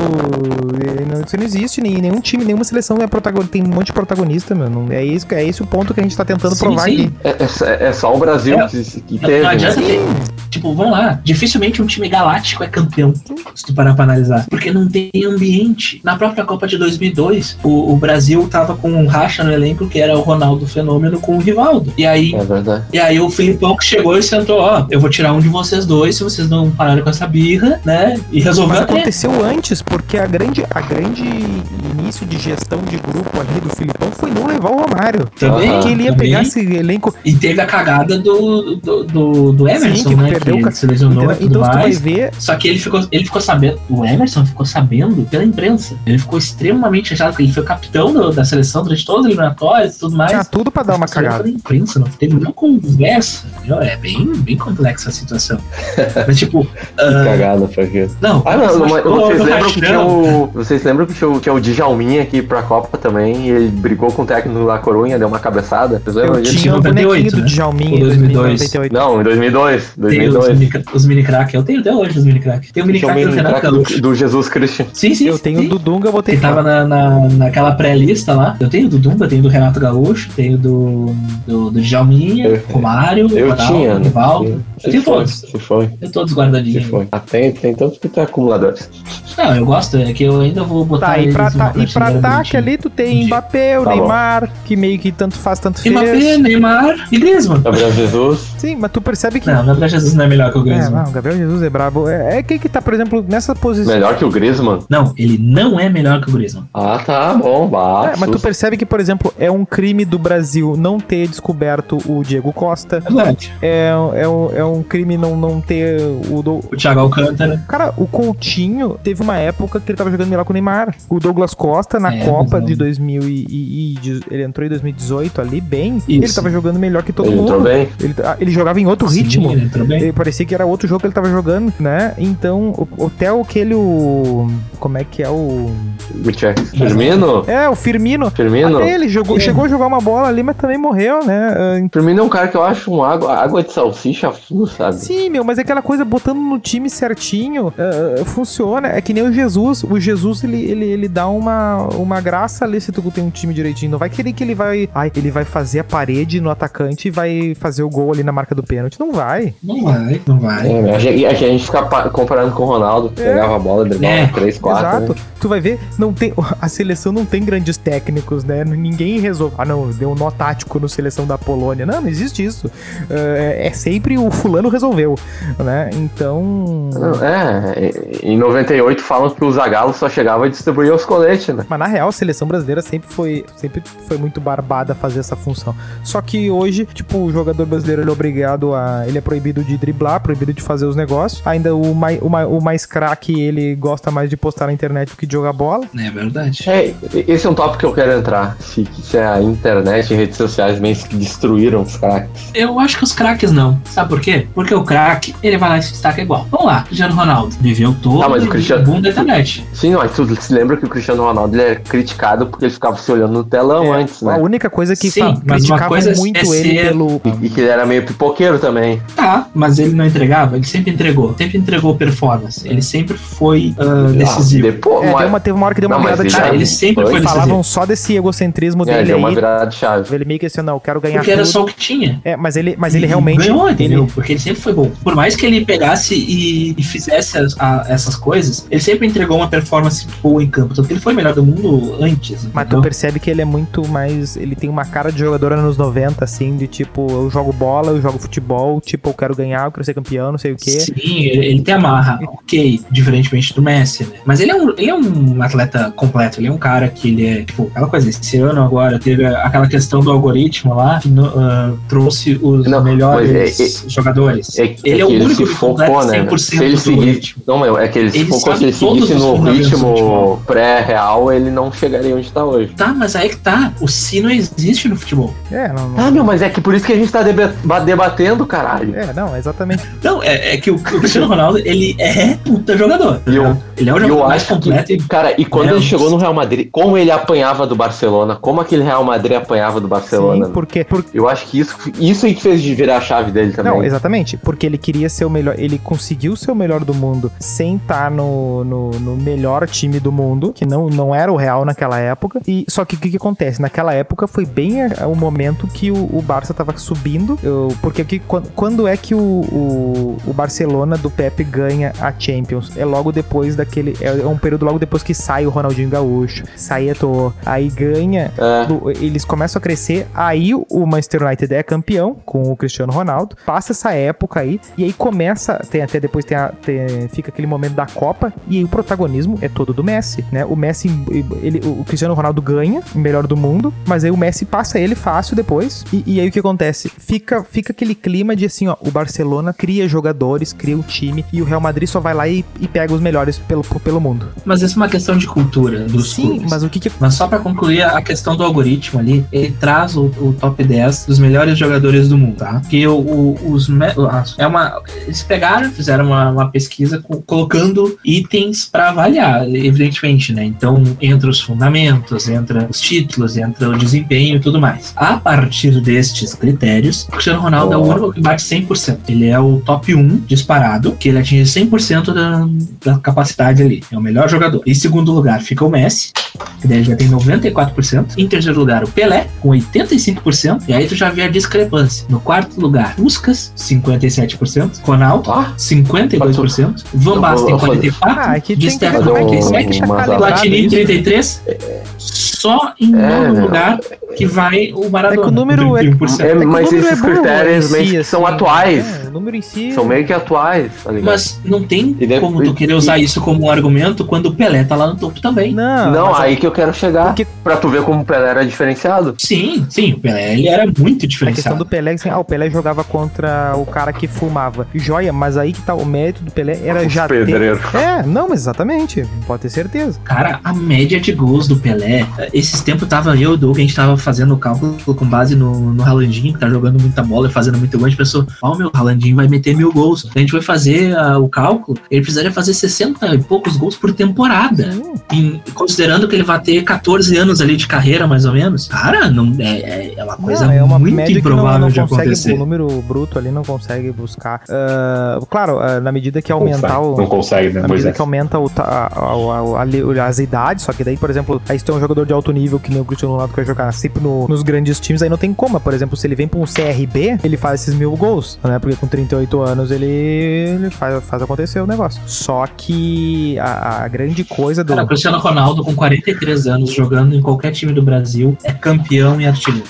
S1: e não- Isso não existe, nem nenhum time, nenhuma seleção é protagonista. Tem um monte de protagonista, meu. Não- É, isso, é esse o ponto que a gente tá tentando
S3: Sim,
S1: provar
S3: sim.
S1: aqui.
S2: É, é- é só o Brasil que, que
S3: não,
S2: teve.
S3: não
S2: né?
S3: adianta ter. Tipo, vamos lá. Dificilmente um time galáctico é campeão, se tu parar pra analisar. Porque não tem ambiente. Na própria Copa de 2002, o, o Brasil tava com um racha no elenco que era o Ronaldo Fenômeno com o Rivaldo. E aí,
S2: É verdade.
S3: E aí o Filipão que chegou e sentou, ó, eu vou tirar um de vocês dois se vocês não pararem com essa birra, né? E resolveu
S1: Mas
S3: a treta.
S1: aconteceu antes, porque a grande, a grande início de gestão de grupo ali do Filipão foi não levar o Romário.
S3: Também,
S2: Aham.
S1: Porque ele ia
S3: Ah, também.
S1: pegar esse elenco.
S3: E teve a cagada do, do, do, do Emerson,
S1: que
S3: né?
S1: perdeu o
S3: que
S1: ca-
S3: se lesionou
S1: entendeu?
S3: e tudo
S1: Então, se tu vai
S3: mais.
S1: ver,
S3: Só que ele ficou, ele ficou sabendo, o Emerson ficou sabendo pela imprensa. Ele ficou extremamente chateado, porque ele foi o capitão do- da seleção durante todas as eliminatórias e tudo mais.
S1: tinha tudo pra dar uma
S3: Mas é saiu
S1: cagada.
S3: pela imprensa, não teve nenhuma conversa. entendeu? É bem, bem complexa a situação. Mas, tipo,
S2: Que
S3: ah,
S2: cagada foi aquilo.
S3: não.
S2: Ah, não, não,
S3: mas-
S2: mas
S3: ô,
S2: vocês
S3: meu
S2: lembram que tinha
S3: Caixão,
S2: o. Vocês lembram que tinha o, que tinha o Djalminha aqui pra Copa também? E ele brigou com o técnico da Corunha, deu uma cabeçada. Vocês lembram
S1: Eu
S2: disso?
S1: tinha o
S3: 98,
S1: bonequinho do
S3: né?
S1: Djalminha em
S3: O 2002.
S1: 2098.
S2: Não, em 2002.
S3: Tem os
S2: 2002.
S3: mini, os mini crack, eu tenho até hoje os mini crack. Tem o mini
S2: Tinha o
S3: crack do
S2: menino
S3: Renan
S2: craque
S3: Campos.
S2: do, do Jesus Cristo.
S3: Sim, sim.
S1: Eu tenho
S3: sim.
S1: o do Dunga, eu botei
S3: Que
S1: fora.
S3: tava na, na, naquela pré-lista lá. Eu tenho do Dumba, tenho do Renato Gaúcho, tenho do, do, do Djalminha,
S2: Eu-
S3: Romário,
S2: Eu
S3: Ronaldo,
S2: tinha, né?
S3: Rivaldo. Eu
S2: Se
S3: tenho
S2: foi,
S3: todos.
S2: se foi,
S3: Eu tenho todos
S2: se
S3: guardadinhos.
S2: foi. Ah, tem, tem tantos que tem acumuladores.
S3: Não, eu gosto, é que eu ainda vou botar.
S1: Tá, e
S3: eles
S1: pra,
S3: numa
S1: ta- e pra tá
S3: prateleira
S1: ataque
S3: bonitinha.
S1: ali tu tem
S3: Entendi.
S1: Mbappé, o
S2: Tá bom.
S1: Neymar, que meio que tanto faz, tanto fez.
S3: Mbappé, né? Neymar e Griezmann.
S2: Gabriel Jesus.
S1: Sim, mas tu percebe que.
S3: Não, na verdade, Jesus não é melhor que o
S1: É,
S3: Griezmann.
S1: não, o Gabriel Jesus é brabo. É, é quem que tá, por exemplo, nessa posição.
S2: Melhor que o Griezmann.
S3: Não, ele não é melhor que o Griezmann.
S2: Ah, tá bom.
S1: É,
S2: Bah,
S1: mas tu
S2: susto.
S1: percebe que, por exemplo, é um crime do Brasil não ter descoberto o Diego Costa.
S3: É verdade.
S1: É, é, um, é um crime não, não ter o. Do...
S3: O Thiago Alcântara.
S1: Cara, o Coutinho teve uma época que ele tava jogando melhor com o Neymar. O Douglas Costa, na
S3: É,
S1: Copa
S3: não.
S1: de 2000 e, e- e- Ele entrou em 2018 ali bem. Ele
S3: Isso.
S1: tava jogando melhor que todo
S2: Ele entrou
S1: mundo.
S2: bem.
S1: Ele, ah, ele jogava em outro ritmo.
S3: Sim, ele entrou bem.
S1: Ele parecia que era outro jogo que ele tava jogando, né? Então, o- até aquele. O, como é que é o.
S2: Mitchell. Firmino?
S1: É, o Firmino.
S2: Firmino?
S1: Até ele jogou,
S3: É.
S1: chegou a jogar uma bola ali, mas também morreu, né? Ah, ent-
S2: Firmino é um cara que eu acho um água, água de salsicha flu, sabe?
S1: Sim, meu, mas é aquela coisa, botando no time certinho, ah, ah, funciona. É que nem o Jesus. O Jesus, ele, ele, ele dá uma, uma graça ali se tu tem um time direitinho. Não vai querer que ele vai. Ai, ele vai fazer a parede no atacante e vai fazer o gol ali na marca do pênalti. Não vai.
S3: Não vai, não vai.
S2: É, aqui a gente fica pa- comparando com o Ronaldo, que
S1: É.
S2: pegava a bola,
S3: É.
S2: driblava né? 3, 4.
S1: Exato. Tu vai ver, não tem, a seleção não tem grandes técnicos, né? Ninguém resolve. Ah, não, deu um nó tático no seleção da Polônia. Não, não existe isso. É, é sempre o fulano resolveu, né? Então.
S2: É, em 98 falam que o Zagallo só chegava a distribuir os coletes, né?
S1: Mas na real, a seleção brasileira sempre foi, sempre foi muito barbada a fazer essa função. Só que hoje, tipo, o jogador brasileiro ele é obrigado a. Ele é proibido de driblar, proibido de fazer os negócios. Ainda o mais, o mai- o mais craque, ele gosta mais de postar na internet do que de jogar bola.
S3: É verdade.
S2: É, esse é um tópico que eu quero entrar. Se, se é a internet e redes sociais meio que destruíram os craques.
S3: Eu acho que os craques não. Sabe por quê? Porque o craque, ele vai lá e se destaca igual. Vamos lá, Cristiano Ronaldo. Viveu todo
S2: Tá, mas o Cristiano-
S3: boom da internet.
S2: Sim, mas tu se lembra que o Cristiano Ronaldo ele é criticado porque ele ficava se olhando no telão
S1: É,
S2: antes,
S1: A
S2: né?
S1: única coisa que
S3: Sim,
S1: fa-
S3: mas uma
S1: criticavam
S3: coisa é
S1: muito
S3: ser-
S1: ele pelo.
S2: E, e que ele era meio pipoqueiro também.
S3: Tá, mas ele não entregava, ele sempre entregou. Sempre entregou performance. Ele sempre foi ah, decisivo.
S2: Ah, depois,
S1: É,
S2: mas-
S1: deu uma, teve uma hora que deu uma
S2: Não, mas
S1: virada de
S2: ele-
S1: chave.
S3: Cara, ele sempre foi
S2: Foi?
S3: decisivo.
S1: Falavam só desse egocentrismo
S2: assim. é,
S1: dele
S2: deu uma
S1: aí.
S2: virada de chave.
S1: Ele meio que assim, não, eu quero ganhar
S3: Porque era
S1: tudo.
S3: só o que tinha.
S1: É, mas ele, mas
S3: E
S1: ele realmente.
S3: ganhou, entendeu?
S1: ele-
S3: Porque ele sempre foi bom. Por mais que ele pegasse e, e fizesse as- a- essas coisas, ele sempre entregou uma performance boa em campo. Tanto que ele foi o melhor do mundo antes.
S1: Mas tu
S3: entendeu?
S1: percebe que ele é muito mais. Ele tem uma cara de jogador anos 90, assim, de tipo, eu jogo bola, eu jogo futebol, tipo, eu quero ganhar, eu quero ser campeão, não sei o quê.
S3: Sim, ele, ele tem amarra, ok, diferentemente do Messi, né? Mas ele é, um, ele é um atleta completo, ele é um cara que ele é, tipo, aquela coisa, esse ano agora teve aquela questão do algoritmo lá, que no- ah, trouxe os
S2: Não,
S3: melhores
S2: mas
S3: jogadores.
S2: É que-
S3: ele é o
S2: que ele
S3: único
S2: se
S3: que completa
S2: focou, né?
S3: 100%
S2: Se ele
S3: do
S2: seguir,
S3: ritmo.
S2: não, meu, é que ele, se
S3: Ele
S2: focou, se
S3: sabe
S2: ele seguisse
S3: todos os
S2: no
S3: fundamentos do
S2: ritmo
S3: futebol.
S2: pré-real, ele não chegaria onde tá hoje.
S3: Tá, mas aí que tá, o si não existe no futebol.
S1: É, não. não-
S2: Ah, meu, mas é que por isso que a gente tá deba- ba- debatendo, caralho.
S1: É, não, exatamente.
S3: Não, é, é que o, o Cristiano Ronaldo, ele é puta jogador.
S2: E eu-
S3: né? ele é o
S2: E eu
S3: jogador mais
S2: acho
S3: completo
S2: que,
S3: e
S2: cara, e quando
S3: É,
S2: ele
S3: eu-
S2: chegou no Real Madrid, como ele apanhava do Barcelona, como aquele Real Madrid apanhava do Barcelona.
S1: Sim, porque, porque
S2: Eu acho que isso, isso aí que fez de virar a chave dele também.
S1: Não, exatamente. Porque ele queria ser o melhor. Ele conseguiu ser o melhor do mundo sem estar no, no, no melhor time do mundo, que não, não era o Real naquela época. E Só que o que, que acontece? Naquela época foi bem a- o momento que o, o Barça tava subindo. Eu- porque o que- quando, quando é que o, o, o Barcelona do Pepe ganha a Champions? É logo depois daquele. É é um período logo depois que sai o Ronaldinho Gaúcho, sai Eto'o, aí ganha
S2: É.
S1: do- eles começam a crescer, aí o Manchester United é campeão com o Cristiano Ronaldo, passa essa época aí, e aí começa, tem até depois tem a- tem- fica aquele momento da Copa, e aí o protagonismo é todo do Messi, né? O Messi, ele, o Cristiano Ronaldo ganha, o melhor do mundo, mas aí o Messi passa ele fácil depois, e, e aí o que acontece? Fica, fica aquele clima de assim, ó, o Barcelona cria jogadores, cria o time, e o Real Madrid só vai lá e, e pega os melhores pelo, pelo mundo.
S3: Mas isso é uma questão de cultura dos
S1: Sim,
S3: clubes.
S1: mas o que que
S3: Mas só pra concluir a questão do algoritmo ali, ele traz o, o top 10 dos melhores jogadores do mundo, tá? Que o, o- os me- a- é uma eles pegaram, fizeram uma, uma pesquisa co- colocando itens pra avaliar, evidentemente, né? Então entra os fundamentos, entra os títulos, entra o desempenho e tudo mais. A partir destes critérios, o Cristiano Ronaldo é o
S2: Ó.
S3: único que bate 100%. Ele é o top 1 disparado, que ele atinge 100% da, da capacidade ali. É o melhor jogador. Em segundo lugar fica o Messi, que daí ele já tem 94%. Em terceiro lugar, o Pelé, com 85%. E aí tu já vê a discrepância. No quarto lugar, Puskas, 57%. Ronaldo,
S2: Ah,
S3: 52%. Van Basten,
S2: Não, vou-
S3: 44%.
S1: Ah, é que tem que ver
S3: Sterling,
S1: como é que,
S2: Mas
S1: como é que tá
S2: o- mas a-
S1: calibrado
S3: Platini,
S1: isso.
S3: 33%. Só em
S2: É,
S3: nono
S2: meu.
S3: lugar que vai o Maradona.
S1: É que o número é-
S3: 31%.
S2: É,
S1: que o
S2: mas
S1: número
S2: esses
S1: bom né,
S2: critérios
S1: em
S2: meio que são atuais.
S1: É, o número em si.
S2: São meio que atuais, tá ligado?
S3: Mas não tem
S2: E daí-
S3: como tu querer usar isso como um argumento quando o Pelé tá lá no topo também.
S1: Não,
S2: não,
S1: mas
S2: aí que eu quero chegar.
S1: Porque-
S2: Pra tu ver como o Pelé era diferenciado.
S3: Sim, sim, o Pelé ele era muito
S1: A questão
S3: diferenciado.
S1: do Pelé, assim, ah, o Pelé jogava contra o cara que fumava. Joia, mas aí que tá o mérito do Pelé era já ter-
S2: pedreiros.
S1: É, não, mas exatamente. Pode ter certeza.
S3: Cara, a média de gols do Pelé. Esses tempos tava eu e o Doug, a gente tava fazendo o cálculo com base no, no Ralandinho, que tá jogando muita bola e fazendo muito gol. A gente pensou, ó, meu, o Ralandinho vai meter mil gols. A gente foi fazer ah, o cálculo, ele precisaria fazer 60 e poucos gols por temporada.
S1: Sim.
S3: Em- considerando que ele vai ter 14 anos ali de carreira, mais ou menos. Cara, não, é, é uma coisa
S1: Não, é uma
S3: muito
S1: média que não,
S3: improvável
S1: não
S3: de
S1: consegue, o
S3: acontecer.
S1: número bruto ali não consegue buscar. Ah, claro, ah, na medida que aumentar o.
S5: Não consegue, né?
S1: Na
S5: Pois
S1: medida
S5: é.
S1: que aumenta o ta- a- a- a- a- as idades, só que daí, por exemplo, aí se tu é um jogador de alto nível que nem o Cristiano Ronaldo que vai jogar sempre no- nos grandes times, aí não tem como. Por exemplo, se ele vem pra um CRB, ele faz esses mil gols, né? Porque com 38 anos ele, ele faz, faz acontecer o negócio. Só que a, a grande coisa do.
S3: Cara, o Cristiano Ronaldo, com 43 anos, jogando em qualquer time do Brasil, é campeão em artilheiro.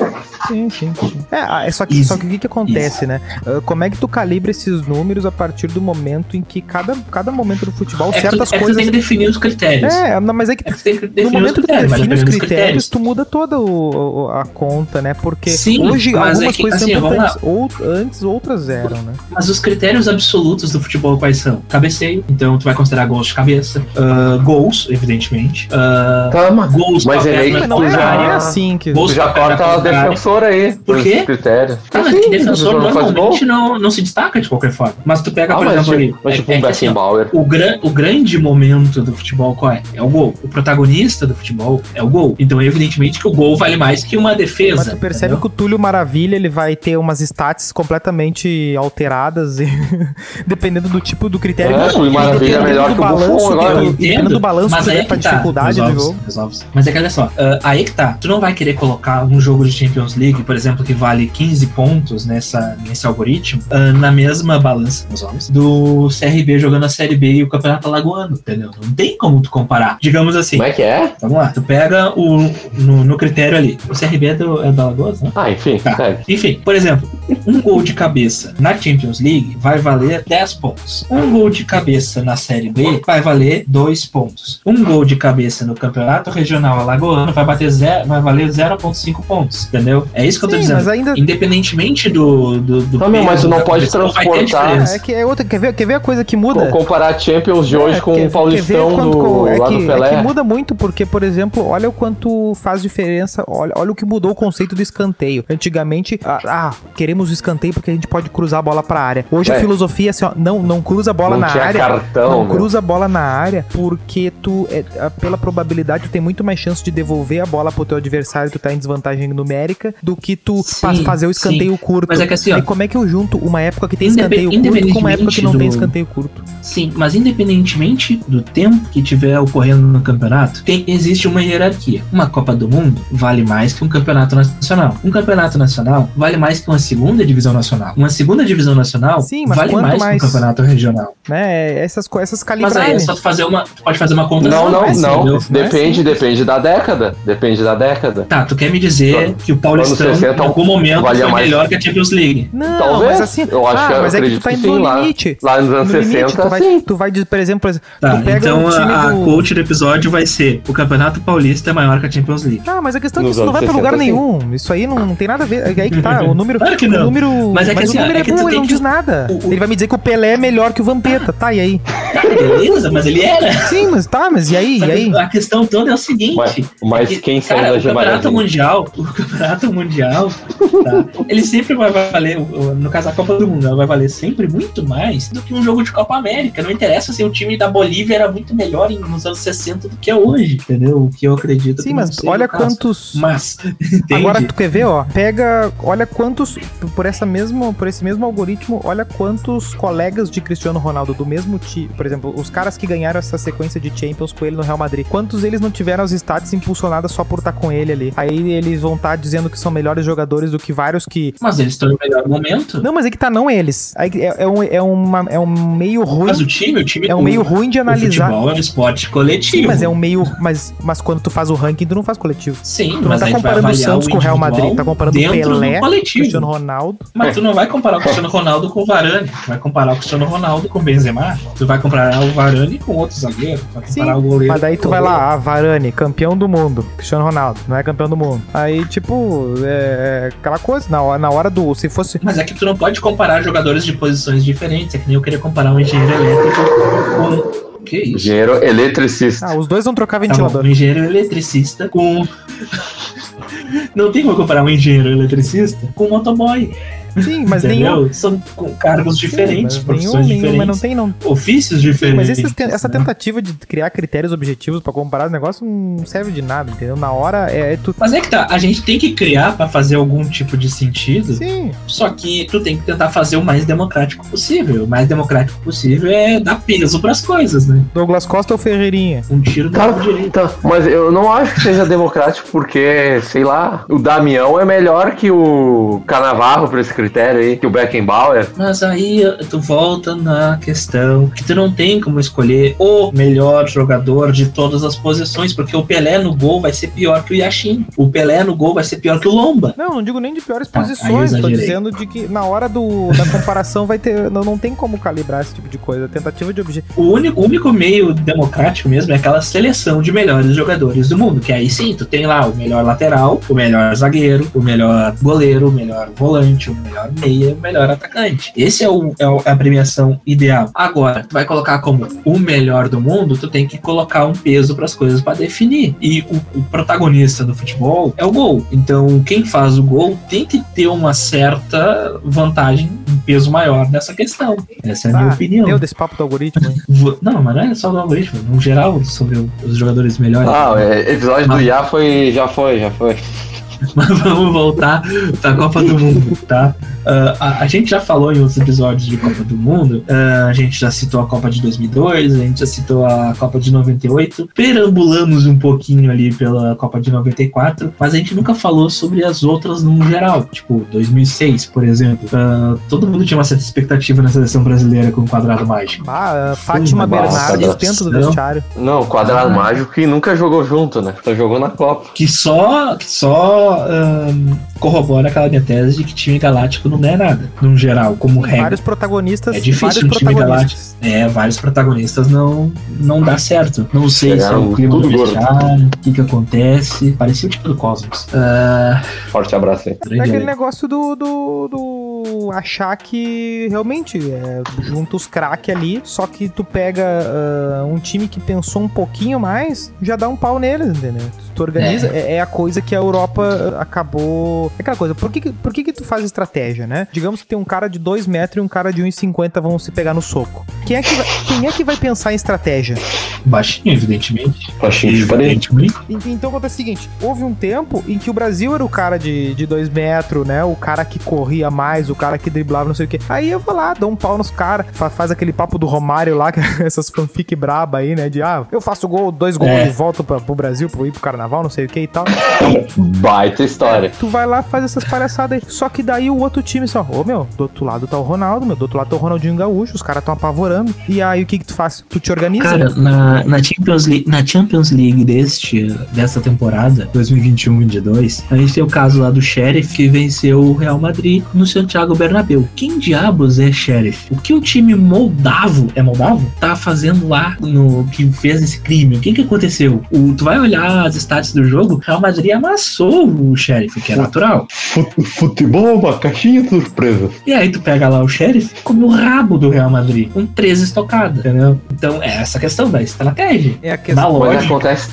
S1: Sim, sim. sim. É, ah, é só, que,
S3: Easy.
S1: só que o que, que acontece, né? Ah, como é que tu calibra esses números a partir do momento em que cada, cada momento do futebol,
S3: É que, tu,
S1: certas
S3: é que tu
S1: coisas.
S3: tem que definir os critérios. É,
S1: É, não, mas é que
S3: que tu tem que
S1: no
S3: definir os
S1: momento que tu
S3: critérios, mas
S1: define os
S3: dependendo dos
S1: critérios,
S3: critérios.
S1: tu muda toda o- o- a conta, né? Porque
S3: Sim,
S1: hoje
S3: mas é
S1: algumas
S3: que,
S1: coisas
S3: assim,
S1: são
S3: vamos lá.
S1: importantes, ou, antes outras eram, né?
S3: Mas os critérios absolutos do futebol quais são? Cabeceio, então tu vai considerar gols de cabeça. Ah, gols, evidentemente. Ah,
S2: Calma.
S3: gols
S2: Mas
S3: com a
S2: é
S3: perna
S2: aí que
S1: Mas
S3: na
S1: não
S2: tu
S1: é,
S2: já-
S3: área.
S1: não é assim que...
S3: Gols
S2: Tu já
S3: pra cara
S2: corta a
S3: com cara.
S2: defensora tá aí.
S3: Por quê?
S2: Os critérios.
S3: Tá, mas
S2: Sim,
S3: que
S2: o
S3: defensor
S2: jogador faz gol.
S3: normalmente não, não se destaca de qualquer forma. Mas tu pega,
S2: Ah,
S3: por
S2: mas,
S3: exemplo,
S2: tipo,
S3: ali.
S2: mas
S3: é-
S2: tipo
S3: é
S2: um
S3: que assim, ó,
S2: Beckenbauer.
S3: o, gran, o grande momento do futebol qual é? É o gol. O protagonista do futebol é o gol. Então, evidentemente, que o gol vale mais que uma defesa.
S1: Mas tu percebe
S3: entendeu?
S1: que o Túlio Maravilha ele vai ter umas stats completamente alteradas e dentando do tipo do critério
S2: É, o Maravilha é
S1: dependendo
S2: melhor
S1: do
S2: que o Buffon
S1: balanço
S2: agora.
S1: que
S3: eu
S1: tu- dependendo do balanço que
S3: mas
S1: tu
S3: aí
S1: der
S3: é
S1: pra
S3: que tá.
S1: dificuldade do
S3: Resolve-se,
S1: jogo.
S3: resolve-se. Mas é que olha só, ah, aí que tá. Tu não vai querer colocar um jogo de Champions League, por exemplo, que vale 15 pontos nessa, nesse algoritmo, ah, na mesma balança resolve-se, do CRB jogando a Série B e o Campeonato Alagoano, entendeu? Não tem como tu comparar. Digamos assim,
S2: Como é que é?
S3: vamos lá, tu pega o, no, no critério ali, o CRB é do, é do Alagoas, né?
S2: Ah, enfim.
S3: Tá.
S2: segue.
S3: Enfim, por exemplo, um gol de cabeça na Champions League vai valer 10 pontos. Um gol de cabeça na Série B vai valer 2 pontos. Um gol de cabeça no Campeonato Regional Alagoano vai, bater zero, vai valer 0,5 pontos, entendeu? É isso que eu tô
S1: Sim,
S3: dizendo.
S1: mas ainda
S3: Independentemente do. do, do
S2: Tá, meu,
S3: peso
S2: mas tu não
S3: da
S2: pode
S3: competição, vai ter
S2: transportar-
S1: é
S3: diferença.
S1: que é outra, quer ver, quer ver a coisa que muda?
S2: Co- Comparar Champions de hoje
S1: É,
S2: com
S1: quer-
S2: o Paulistão
S1: quer ver quanto-
S2: do,
S1: é
S2: lá
S1: que,
S2: do
S1: é
S2: Pelé.
S1: que muda muito, porque, por exemplo, olha o quanto faz diferença, olha, olha o que mudou o conceito do escanteio. Antigamente, ah, ah, queremos o escanteio porque a gente pode cruzar a bola pra área. Hoje a
S2: É.
S1: filosofia é assim, ó, não, não cruza a bola
S2: não
S1: na
S2: tinha
S1: área.
S2: cartão,
S1: Não
S2: meu.
S1: cruza a bola na área porque tu, é, a- pela probabilidade, tu tem muito mais chance de devolver a bola pro teu adversário, tu tá em desvantagem numérica, do que tu
S3: Sim,
S1: fa- fazer o escanteio curto.
S3: Mas é que assim, ó.
S1: E como é que eu junto uma época que tem
S3: Independ-
S1: escanteio curto com uma época que não tem
S3: independentemente um do-
S1: escanteio curto?
S3: Sim, mas independentemente do tempo que tiver ocorrendo no campeonato, tem- existe uma hierarquia. Uma Copa do Mundo vale mais que um campeonato nacional. Um campeonato nacional vale mais que uma segunda divisão nacional. Uma segunda divisão nacional
S1: Sim, mas
S3: vale
S1: quanto
S3: mais,
S1: mais?
S3: que um campeonato regional.
S1: né? Essas, co- essas
S3: Mas aí é
S1: calibrações.
S3: só tu fazer uma, tu pode fazer uma conta
S2: Não, não,
S3: mas,
S2: não.
S3: entendeu?
S2: Depende, depende da década. Depende da década.
S3: Tá, tu quer me dizer
S2: Anos
S3: que o Paulistão
S2: 60
S3: em algum momento
S2: tá um valia
S3: foi
S2: mais.
S3: melhor que a Champions League?
S1: Não,
S2: Talvez.
S1: mas assim.
S2: Eu acho
S1: ah,
S2: que- eu
S1: mas é que tu
S2: acredito
S1: tá
S2: que
S1: indo
S2: sim,
S1: no
S2: lá-
S1: limite.
S2: Lá nos
S1: No
S2: anos
S1: limite,
S2: 60,
S1: tu vai,
S2: sim.
S1: tu vai, de- por exemplo, por exemplo,
S3: Tá,
S1: tu pega
S3: então
S1: um time
S3: a, a
S1: do-
S3: coach do episódio vai ser o Campeonato Paulista é maior que a Champions League.
S1: Ah, mas a questão é que
S2: Nos
S1: isso não vai pra
S2: anos
S1: lugar
S2: 60,
S1: nenhum. Isso aí não, não tem nada a ver. É Aí que tá, o número.
S3: Uhum. Claro que não.
S1: O número,
S3: Mas é que assim,
S1: o
S3: ó,
S1: número
S3: é
S1: é,
S3: que tu
S1: bom, ele
S3: tem
S1: não
S3: que-
S1: diz nada.
S3: o- o-
S1: Ele vai me dizer que o Pelé é melhor que o Vampeta. Tá, e aí?
S3: Beleza, mas ele era.
S1: Sim, mas tá, mas e aí?
S3: Só
S1: E
S3: que
S1: aí?
S3: A questão toda é o seguinte.
S2: Mas, mas
S3: que,
S2: quem saiu
S3: cara,
S2: da
S3: o campeonato
S2: Gemarazinha?
S3: mundial, o campeonato mundial, tá, ele sempre vai valer, o- o- no caso a Copa do Mundo, ela vai valer sempre muito mais do que um jogo de Copa América. Não interessa se o time da Bolívia era muito melhor em- nos anos 60 do que é hoje, entendeu? O que eu acredito.
S1: Sim,
S3: que não
S1: mas
S3: seja
S1: olha
S3: o caso.
S1: quantos.
S3: Mas, entende?
S1: Agora tu quer ver, ó, pega, olha quantos por essa mesma, por esse mesmo algoritmo, olha quantos colegas de Cristiano Ronaldo do mesmo time, por exemplo, os caras que ganharam essa sequência de Champions com ele no Real Madrid, quantos eles não tiveram as stats impulsionadas só por estar com ele ali? Aí eles vão estar dizendo que são melhores jogadores do que vários que
S3: mas eles estão no melhor momento.
S1: Não, mas é que tá não eles. Aí É, é um, é, uma- é um meio
S3: Mas
S1: ruim,
S3: o time, o time
S1: é um
S3: o-
S1: meio ruim de
S3: O
S1: analisar.
S3: futebol é um esporte coletivo.
S1: Sim, mas é um meio, mas mas quando tu faz o ranking, tu não faz coletivo.
S3: Sim,
S1: Tu não
S3: mas
S1: tá
S3: a gente vai
S1: comparando o
S3: avaliar
S1: Santos com o Real
S3: individual
S1: Madrid, tá comparando o
S3: dentro do
S1: Pelé,
S3: coletivo.
S1: Cristiano Ronaldo
S3: Mas tu não vai comparar o Cristiano Ronaldo com o Varane. Tu vai comparar o Cristiano Ronaldo com o Benzema. Tu vai comparar o Varane com outro zagueiro. Tu vai
S1: Sim,
S3: comparar o goleiro.
S1: Mas daí
S3: com
S1: tu
S3: o
S1: vai
S3: goleiro.
S1: lá, ah, Varane, campeão do mundo. Cristiano Ronaldo, não é campeão do mundo. Aí, tipo, é é aquela coisa, na hora, na hora do. Se fosse.
S3: Mas é que tu não pode comparar jogadores de posições diferentes. É que nem eu queria comparar um engenheiro elétrico com... um- Que isso?
S2: Engenheiro eletricista.
S1: Ah, os dois vão trocar
S3: Tá bom,
S1: ventilador.
S3: um engenheiro eletricista com... não tem como comparar um engenheiro eletricista com um motoboy.
S1: Sim, mas
S3: entendeu?
S1: nenhum.
S3: São com cargos
S1: Sim,
S3: diferentes,
S1: mas
S3: profissões
S1: nenhum, nenhum, mas não
S3: diferentes,
S1: tem, não.
S3: ofícios
S1: Sim,
S3: diferentes.
S1: mas esses te- essa
S3: né?
S1: tentativa de criar critérios objetivos pra comparar o negócio não serve de nada, entendeu? Na hora é, é tu.
S3: Mas é que tá, a gente tem que criar pra fazer algum tipo de sentido,
S1: Sim,
S3: só que tu tem que tentar fazer o mais democrático possível. O mais democrático possível é dar peso pras coisas, né?
S1: Douglas Costa ou Ferreirinha?
S3: Um tiro do
S2: Cara,
S3: lado direito.
S2: tá, mas eu não acho que seja democrático, porque, sei lá, o Damião é melhor que o Canavarro por esse critério aí, que o Beckenbauer.
S3: Mas aí eh, tu volta na questão que tu não tem como escolher o melhor jogador de todas as posições, porque o Pelé no gol vai ser pior que o Yashin. O Pelé no gol vai ser pior que o Lomba.
S1: Não, não digo nem de piores
S3: Tá, aí eu
S1: posições, tô
S3: exagerei.
S1: dizendo de que na hora do, da comparação vai ter. Não, não tem como calibrar esse tipo de coisa. Tentativa de objetivo.
S3: O único, o único meio democrático mesmo é aquela seleção de melhores jogadores do mundo, que aí sim, tu tem lá o melhor lateral, o melhor zagueiro, o melhor goleiro, o melhor volante, o melhor meia, o melhor atacante. Esse é, o, é o- é a premiação ideal. Agora, tu vai colocar como o melhor do mundo, tu tem que colocar um peso pras coisas pra definir. E o, o protagonista do futebol é o gol. Então, quem faz o gol tem que ter uma certa vantagem, um peso maior nessa questão. Essa é a minha opinião.
S1: deu desse papo do algoritmo, hein?
S3: Vo- Não, mas não é só do algoritmo, no geral, sobre o- os jogadores melhores.
S2: Ah, o episódio do Iá foi. Já foi, já foi.
S3: Mas vamos voltar pra Copa do Mundo, tá? Ah, a, a gente já falou em outros episódios de Copa do Mundo, ah, a gente já citou a Copa de 2002, a gente já citou a Copa de 98, perambulamos um pouquinho ali pela Copa de 94, mas a gente nunca falou sobre as outras no geral, tipo 2006, por exemplo. Ah, todo mundo tinha uma certa expectativa na seleção brasileira com o quadrado mágico.
S1: Ah, Fátima
S3: nossa,
S1: Bernardes
S2: nossa.
S1: dentro do vestiário.
S2: Não, o quadrado
S3: Ah.
S2: mágico que nunca jogou junto, né? Só jogou na Copa.
S3: que só, que só ahn, corrobora aquela minha tese de que time galáctico não é nada, no geral, como regra.
S1: Vários protagonistas.
S3: É difícil um
S1: vários
S3: time
S1: protagonistas.
S3: galáctico. É, vários protagonistas não, não dá certo. Não sei se é
S2: Chegaram
S3: o clima do
S2: tudo gordo.
S3: vestiário, o que que acontece. Parecia o tipo do Cosmos. Ah,
S2: Forte abraço aí.
S1: É
S3: grande
S1: aquele
S3: alegria.
S1: negócio do, do, do achar que realmente é, junta os craques ali, só que tu pega ah, um time que pensou um pouquinho mais, já dá um pau neles, entendeu? Tu organiza, é, é a coisa que a Europa ah, acabou. É aquela coisa, por que, que- por que, que tu faz estratégia, né? Digamos que tem um cara de 2 metros e um cara de 1,50 vão se pegar no soco. Quem é que vai, quem é que vai pensar em estratégia?
S3: Baixinho, evidentemente.
S2: Baixinho de parede.
S1: Ent- Então acontece o seguinte: houve um tempo em que o Brasil era o cara de, de dois metros, né? O cara que corria mais, o cara que driblava, não sei o quê. Aí eu vou lá, dou um pau nos caras, fa- faz aquele papo do Romário lá, que é essas fanfic braba aí, né? De ah, eu faço gol, dois gols
S3: É.
S1: e volto pra, pro Brasil pra eu ir pro carnaval, não sei o que e tal.
S2: Baita história.
S1: Tu vai lá faz essas palhaçadas aí. Só que daí o outro time só, ô meu, do outro lado tá o Ronaldo, meu, do outro lado tá o Ronaldinho Gaúcho, os caras tão apavorando. E aí o que que tu faz? Tu te organiza?
S3: Cara, na, na, Champions League, na Champions League deste, dessa temporada, 2021-22, a gente tem o caso lá do Sheriff que venceu o Real Madrid no Santiago Bernabéu. Quem diabos é Sheriff? O que o time moldavo, é moldavo? Tá fazendo lá, no que fez esse crime? O que que aconteceu? O, tu vai olhar as stats do jogo, o Real Madrid amassou o Sheriff, que é natural.
S2: Futebol, uma caixinha de surpresas.
S3: E aí tu pega lá o Sheriff e come o rabo do Real Madrid, com três estocadas, entendeu? Então é essa questão da estratégia.
S1: É a
S3: Na
S1: questão.
S2: Mas
S3: lógica.
S2: acontece.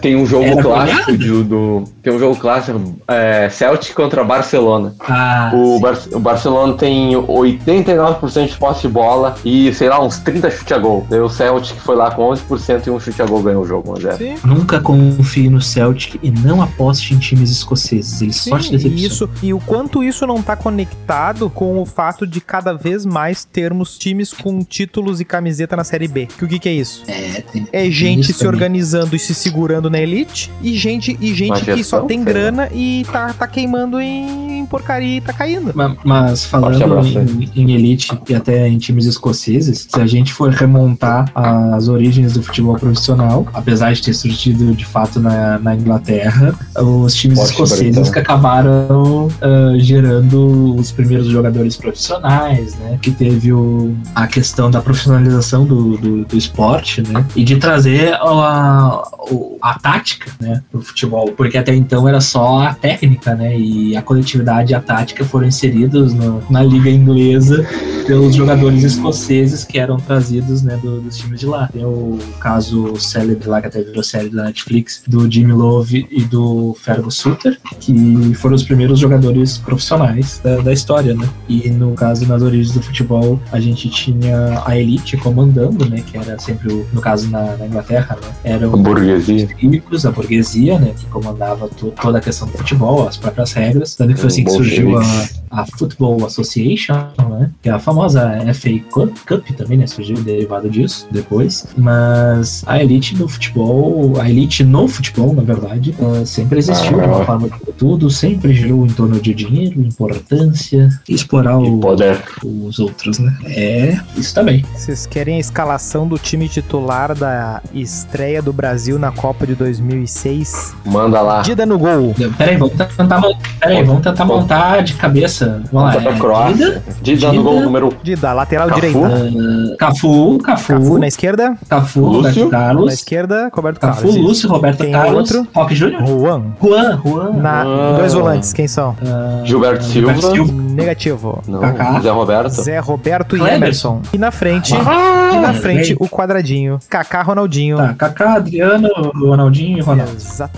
S2: Tem um jogo
S3: Era
S2: clássico
S3: goleada?
S2: de- do. Tem um jogo clássico. É, Celtic contra Barcelona.
S3: Ah,
S2: O, Bar- o Barcelona tem 89% de posse de bola e, sei lá, uns 30 chute a gol. Daí o Celtic foi lá com 11% e um chute a gol ganhou o jogo, mas é.
S1: Sim.
S3: Nunca confie no Celtic e não aposte em times escoceses. Eles só te
S1: Sim, e
S3: decepcionam.
S1: isso e o quanto isso não tá conectado com o fato de cada vez mais termos times com títulos e camiseta na série B. Que o que que é isso?
S3: É, tem-
S1: É gente
S3: isso
S1: se
S3: também.
S1: organizando e se segurando na elite e gente e gente que só
S2: gestão,
S1: tem
S2: sei lá.
S1: grana e tá, tá queimando em porcaria e tá caindo.
S3: Ma- Mas falando
S2: Forte abraço
S3: em, em elite e até em times escoceses, se a gente for remontar as origens do futebol profissional, apesar de ter surgido de fato na, na Inglaterra, os times
S2: Forte
S3: escoceses
S2: Britão.
S3: que acabaram ah, gerando os primeiros jogadores profissionais, né? Que teve o- a questão da profissionalização do, do, do esporte, né? E de trazer a, o- a, a tática, né, pro futebol, porque até então era só a técnica, né, e a coletividade e a tática foram inseridos no- na liga inglesa pelos jogadores escoceses que eram trazidos, né, do- dos times de lá. Tem o caso célebre lá, que até virou série da Netflix, do Jimmy Love e do Fergus Sutter, que foram os primeiros jogadores profissionais da, da história, né? E no caso, nas origens do futebol, a gente tinha a elite comandando, né, que era sempre, o, no caso, na, na Inglaterra, né, era o
S2: Hamburguesia.
S3: ricos, a burguesia, né, que comandava to- toda a questão do futebol, as próprias regras. Tanto que foi assim que
S2: Os
S3: surgiu a,
S2: bolcheviques.
S3: a Football Association, né, que é a famosa FA Cup, Cup também, né, surgiu derivado disso depois. Mas a elite do futebol, a elite no futebol, na verdade, eh, sempre existiu
S2: Ah.
S3: de uma forma de tudo, sempre girou em torno de dinheiro, importância, e explorar
S2: E
S3: o-
S2: poder.
S3: os outros, né. É, isso também.
S1: Vocês querem a escalação do time titular da estreia do Brasil na Copa de 2006?
S2: Manda lá.
S1: Dida no gol.
S3: Peraí, vamos tentar, mon- peraí, vamos tentar montar de cabeça. Vamos lá.
S2: Contra a
S3: é, Dida,
S2: Croácia. Dida no gol
S3: Dida.
S2: número um.
S1: Dida, lateral
S2: Cafu.
S1: direita.
S3: Cafu, Cafu,
S1: Cafu né? na esquerda.
S3: Cafu,
S2: Lúcio.
S3: Roberto
S1: Na
S3: Carlos,
S1: esquerda, Roberto
S3: Cafu,
S1: Carlos. isso.
S3: Lúcio, Roberto
S1: Tem
S3: Carlos,
S1: outro?
S3: Rock Júnior,
S1: Juan.
S3: Juan, Juan,
S1: Na,
S2: Ah.
S1: dois volantes, quem são?
S2: Gilberto Silva.
S1: Negativo.
S2: Não,
S3: Kaká.
S2: Zé Roberto.
S1: Zé Roberto e
S3: Kleberson.
S1: Emerson. E na frente, e na
S3: Ah,
S1: frente,
S3: bem.
S1: o quadradinho. Kaká Ronaldinho.
S3: Tá, Kaká, Adriano, Ronaldinho e Ronaldo.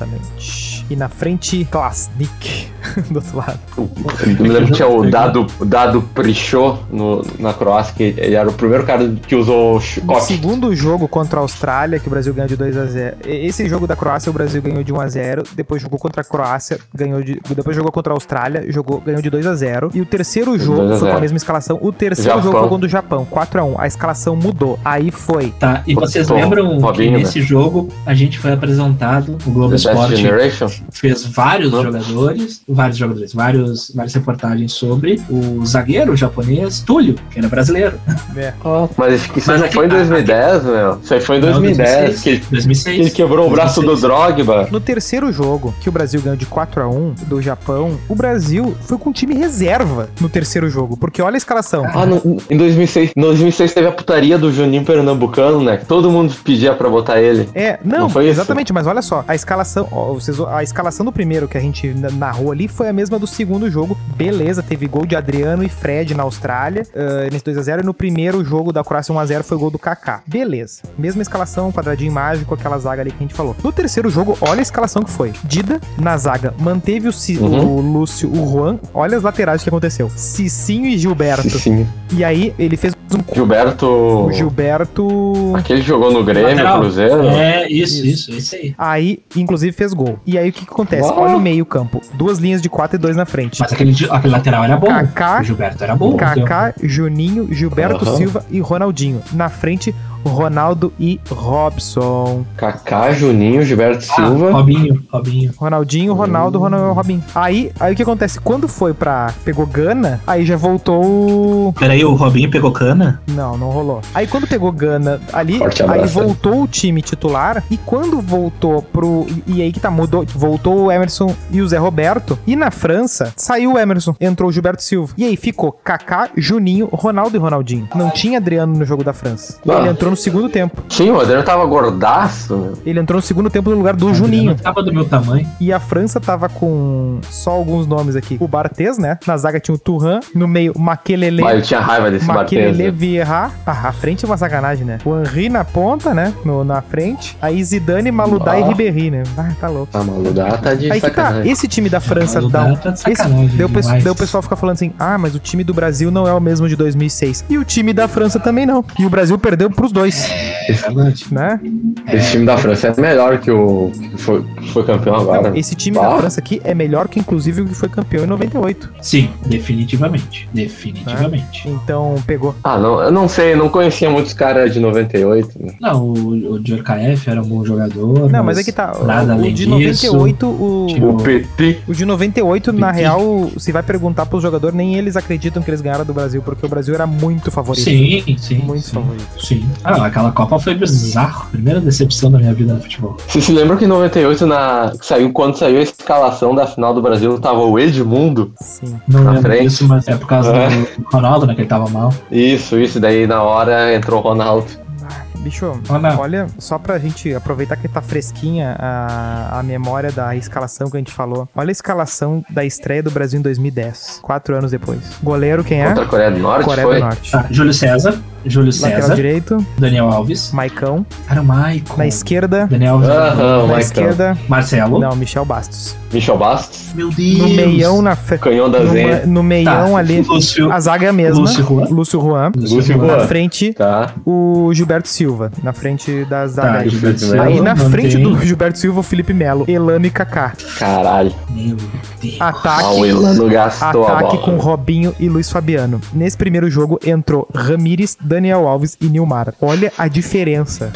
S1: Exatamente. E na frente, Klasnik. Do outro lado.
S2: Eu me lembro que tinha o Dado, Dado Prichô no, na Croácia, que ele era o primeiro cara que usou o
S1: No
S2: chicote.
S1: segundo jogo contra a Austrália, que o Brasil ganhou de 2 a 0 e- Esse jogo da Croácia, o Brasil ganhou de 1 a 0 Depois jogou contra a Croácia, ganhou de. Depois jogou contra a Austrália, jogou, ganhou de 2 a 0 E o terceiro jogo
S2: 2 a
S1: foi com a
S2: 0.
S1: mesma escalação. O terceiro
S2: Japão.
S1: jogo foi contra o Japão, 4 a 1 A escalação mudou. Aí foi.
S3: Tá, e vocês
S2: Tom,
S3: lembram
S2: Robinho,
S3: que nesse jogo a gente foi apresentado, o
S2: The
S3: Globo
S2: Best
S3: Esporte
S2: Generation.
S3: fez vários
S2: Não.
S3: jogadores, vários jogadores, vários, várias reportagens sobre o zagueiro japonês Túlio, que era brasileiro.
S2: Mas acho que isso
S3: Mas
S2: aí
S3: aqui-
S2: foi em 2010, meu. Isso aí foi em
S3: Não,
S2: 2010, que ele,
S3: 2006.
S2: que ele quebrou o braço do Drogba.
S1: No terceiro jogo, que o Brasil ganhou de 4 a 1 do Japão, o Brasil foi com um time reserva no terceiro jogo. Porque olha a escalação.
S2: Ah, no, em 2006, em 2006 teve a putaria do Juninho Pernambucano, né? Que todo mundo pedia pra botar ele.
S1: É, não,
S2: Não foi isso?
S1: exatamente, mas olha só, a escalação, ó, vocês- a escalação do primeiro que a gente na- narrou ali foi a mesma do segundo jogo. Beleza, teve gol de Adriano e Fred na Austrália, ah, nesse 2 a 0 e no primeiro jogo da Croácia 1 a 0 foi gol do Kaká. Beleza. Mesma escalação, quadradinho mágico, aquela zaga ali que a gente falou. No terceiro jogo, olha a escalação que foi. Dida na zaga manteve o, Ci-
S2: Uhum.
S1: o Lúcio, o Juan. Olha as laterais que aconteceu. Cicinho e Gilberto.
S2: Sim.
S1: E aí ele fez um cu-
S2: Gilberto.
S1: o Gilberto
S2: Aquele que jogou no Grêmio,
S3: Lateral.
S2: Cruzeiro.
S3: É, isso,
S1: Isso.
S3: isso, isso aí.
S1: Aí, inclusive, fez gol. E aí, o que, que acontece?
S2: Uau.
S1: Olha o meio-campo. Duas linhas de quatro e dois na frente.
S3: Mas aquele, aquele lateral era bom.
S1: Kaká,
S3: O Gilberto era bom.
S1: Kaká, Juninho, Gilberto
S2: né? Aham.
S1: Silva e Ronaldinho. Na frente, Ronaldo e Robson.
S2: Kaká, Juninho, Gilberto
S3: Ah,
S2: Silva.
S3: Robinho, Robinho.
S1: Ronaldinho, Ronaldo,
S2: Hum.
S1: Ronaldo Robin. Aí, aí o que acontece? Quando foi pra. Pegou Gana, aí já voltou. o-
S3: Peraí, o Robinho pegou cana?
S1: Não, não rolou. Aí quando pegou Gana ali,
S2: Forte
S1: aí
S2: abraço. né?
S1: voltou o time titular. E quando voltou pro. E e aí que tá, mudou. Voltou o Emerson e o Zé Roberto. E na França, saiu o Emerson, entrou o Gilberto Silva. E aí ficou Kaká, Juninho, Ronaldo e Ronaldinho. Não tinha Adriano no jogo da França.
S2: Ah.
S1: Ele entrou no segundo tempo.
S2: Sim, o Adriano tava gordaço, meu.
S1: Ele entrou no segundo tempo no lugar do Juninho.
S2: né?
S3: Tava do meu tamanho.
S1: E a França tava com só alguns nomes aqui. O Barthez, né? Na zaga tinha o Turan. No meio, o Maquelele.
S2: Mas eu tinha raiva desse
S1: Maquilele
S2: Barthez.
S1: Vieira. Ah, a frente é uma sacanagem, né? O Henry na ponta, né? No, na frente. Aí Zidane, Maludá e
S2: Ah.
S1: Ribéry, né? Ah, tá louco.
S2: Ah, Maludá tá de
S1: Aí que tá.
S2: sacanagem.
S1: Esse time da França
S3: Mas o
S1: dá um.
S3: cara tá de
S1: Esse,
S3: sacanagem
S1: daí o pe-
S3: demais.
S1: daí o pessoal fica falando assim: ah, mas o time do Brasil não é o mesmo de 2006. E o time da França também não. E o Brasil perdeu pros dois,
S3: É verdade.
S1: né?
S2: Esse time da França é melhor que o que foi, que foi campeão agora.
S1: Não, esse time
S2: Ah.
S1: da França aqui é melhor que, inclusive, o que foi campeão em 98.
S3: Sim, definitivamente. Definitivamente.
S1: Então pegou.
S2: Ah, não, eu não sei, eu não conhecia muitos caras de 98. né?
S3: Não, o, o Djorkaeff era um bom jogador.
S1: Não, mas é que tá.
S3: nada
S1: o
S3: além
S1: de
S3: disso.
S1: 98, o.
S3: Tinha
S2: O PT.
S1: O de 98, na
S3: Entendi.
S1: real, se vai perguntar pros jogadores, nem eles acreditam que eles ganharam do Brasil, porque o Brasil era muito favorito.
S3: Sim, sim.
S1: né? Muito
S3: sim.
S1: favorito.
S3: Sim. Ah, aquela Copa foi bizarro. Primeira decepção da minha vida no futebol.
S2: Vocês se lembram que em 98, na, saiu, quando saiu a escalação da final do Brasil, tava o Edmundo?
S1: Sim.
S3: Não
S2: Na
S3: lembro
S2: frente.
S3: disso, mas é por causa
S2: É.
S3: do Ronaldo, né? Que ele tava mal.
S2: Isso, isso, daí na hora entrou o Ronaldo.
S1: Ah, que Bicho,
S3: Olha.
S1: olha, só pra gente aproveitar que tá fresquinha a, a memória da escalação que a gente falou. Olha a escalação da estreia do Brasil em 2010, quatro anos depois. Goleiro, quem é?
S2: Contra a Coreia do Norte,
S1: Coreia
S2: foi?
S1: do Norte.
S3: Tá, Júlio César, Júlio
S1: Lateral
S3: César,
S1: direito,
S3: Daniel Alves,
S1: Maicão.
S3: cara, o Maicon,
S1: Na esquerda,
S3: Daniel Alves,
S2: Aham,
S1: na
S2: Michael.
S1: esquerda,
S2: Hum?
S3: Marcelo,
S1: não, Michel Bastos.
S2: Michel Bastos,
S3: meu Deus,
S1: No meião, na frente.
S2: canhão da Zenha.
S1: No, meião
S3: Tá,
S1: ali,
S3: Lúcio,
S1: a zaga é a mesma.
S3: Lúcio Juan.
S1: Lúcio Juan.
S2: Lúcio
S3: Juan.
S1: Na
S2: Juan.
S1: frente,
S2: Tá.
S1: o Gilberto Silva. Na frente da zaga.
S3: Tá, Gilberto Silva,
S1: Aí na
S3: mantém.
S1: frente do Gilberto Silva, o Felipe Melo, Elano e Kaká.
S2: Caralho.
S3: Meu Deus.
S2: Ah,
S1: Ataque,
S2: o Elano gastou a
S1: ataque
S2: bola.
S1: com Robinho e Luiz Fabiano. Nesse primeiro jogo entrou Ramires, Daniel Alves e Nilmar. Olha a diferença.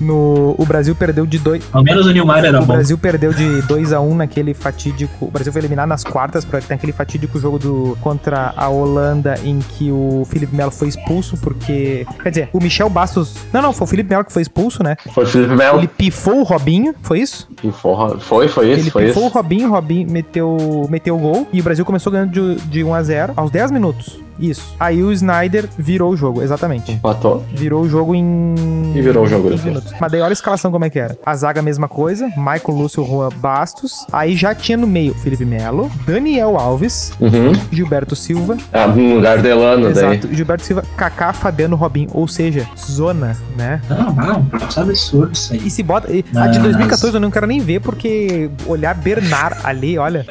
S1: no, o Brasil perdeu de dois.
S3: Ao menos o Neymar era
S2: Tá
S1: O
S3: bom.
S1: Brasil perdeu de 2 a 1 naquele fatídico. O Brasil foi eliminado nas quartas pra- naquele fatídico jogo do contra a Holanda em que o Felipe Melo foi expulso porque, quer dizer, o Michel Bastos, não, não, foi o Felipe Melo que foi expulso, né?
S2: Foi o Felipe Melo.
S1: Ele pifou o Robinho, foi isso?
S2: Que forra- Foi, foi
S1: ele
S2: isso, foi
S1: pifou o
S2: isso.
S1: Robinho, o Robinho meteu, meteu o gol e o Brasil começou ganhando de, de 1 a 0 aos 10 minutos. Isso. Aí o Snyder virou o jogo, exatamente.
S2: Empatou.
S1: Virou o jogo em.
S2: E virou o jogo
S1: em
S2: depois.
S1: minutos. Mas daí olha a escalação como é que era. A zaga, mesma coisa. Michael Lúcio Juan Bastos. Aí já tinha no meio Felipe Melo, Daniel Alves,
S2: Uhum.
S1: Gilberto Silva.
S2: Ah, no lugar do Elano daí.
S1: Exato. Gilberto Silva, Kaká, Fabiano Robin. Ou seja, zona, né?
S3: Não, não, um processo absurdo isso aí.
S1: E se bota. e- A
S3: Mas-
S1: de 2014 eu não quero nem ver, porque olhar Bernard ali, olha.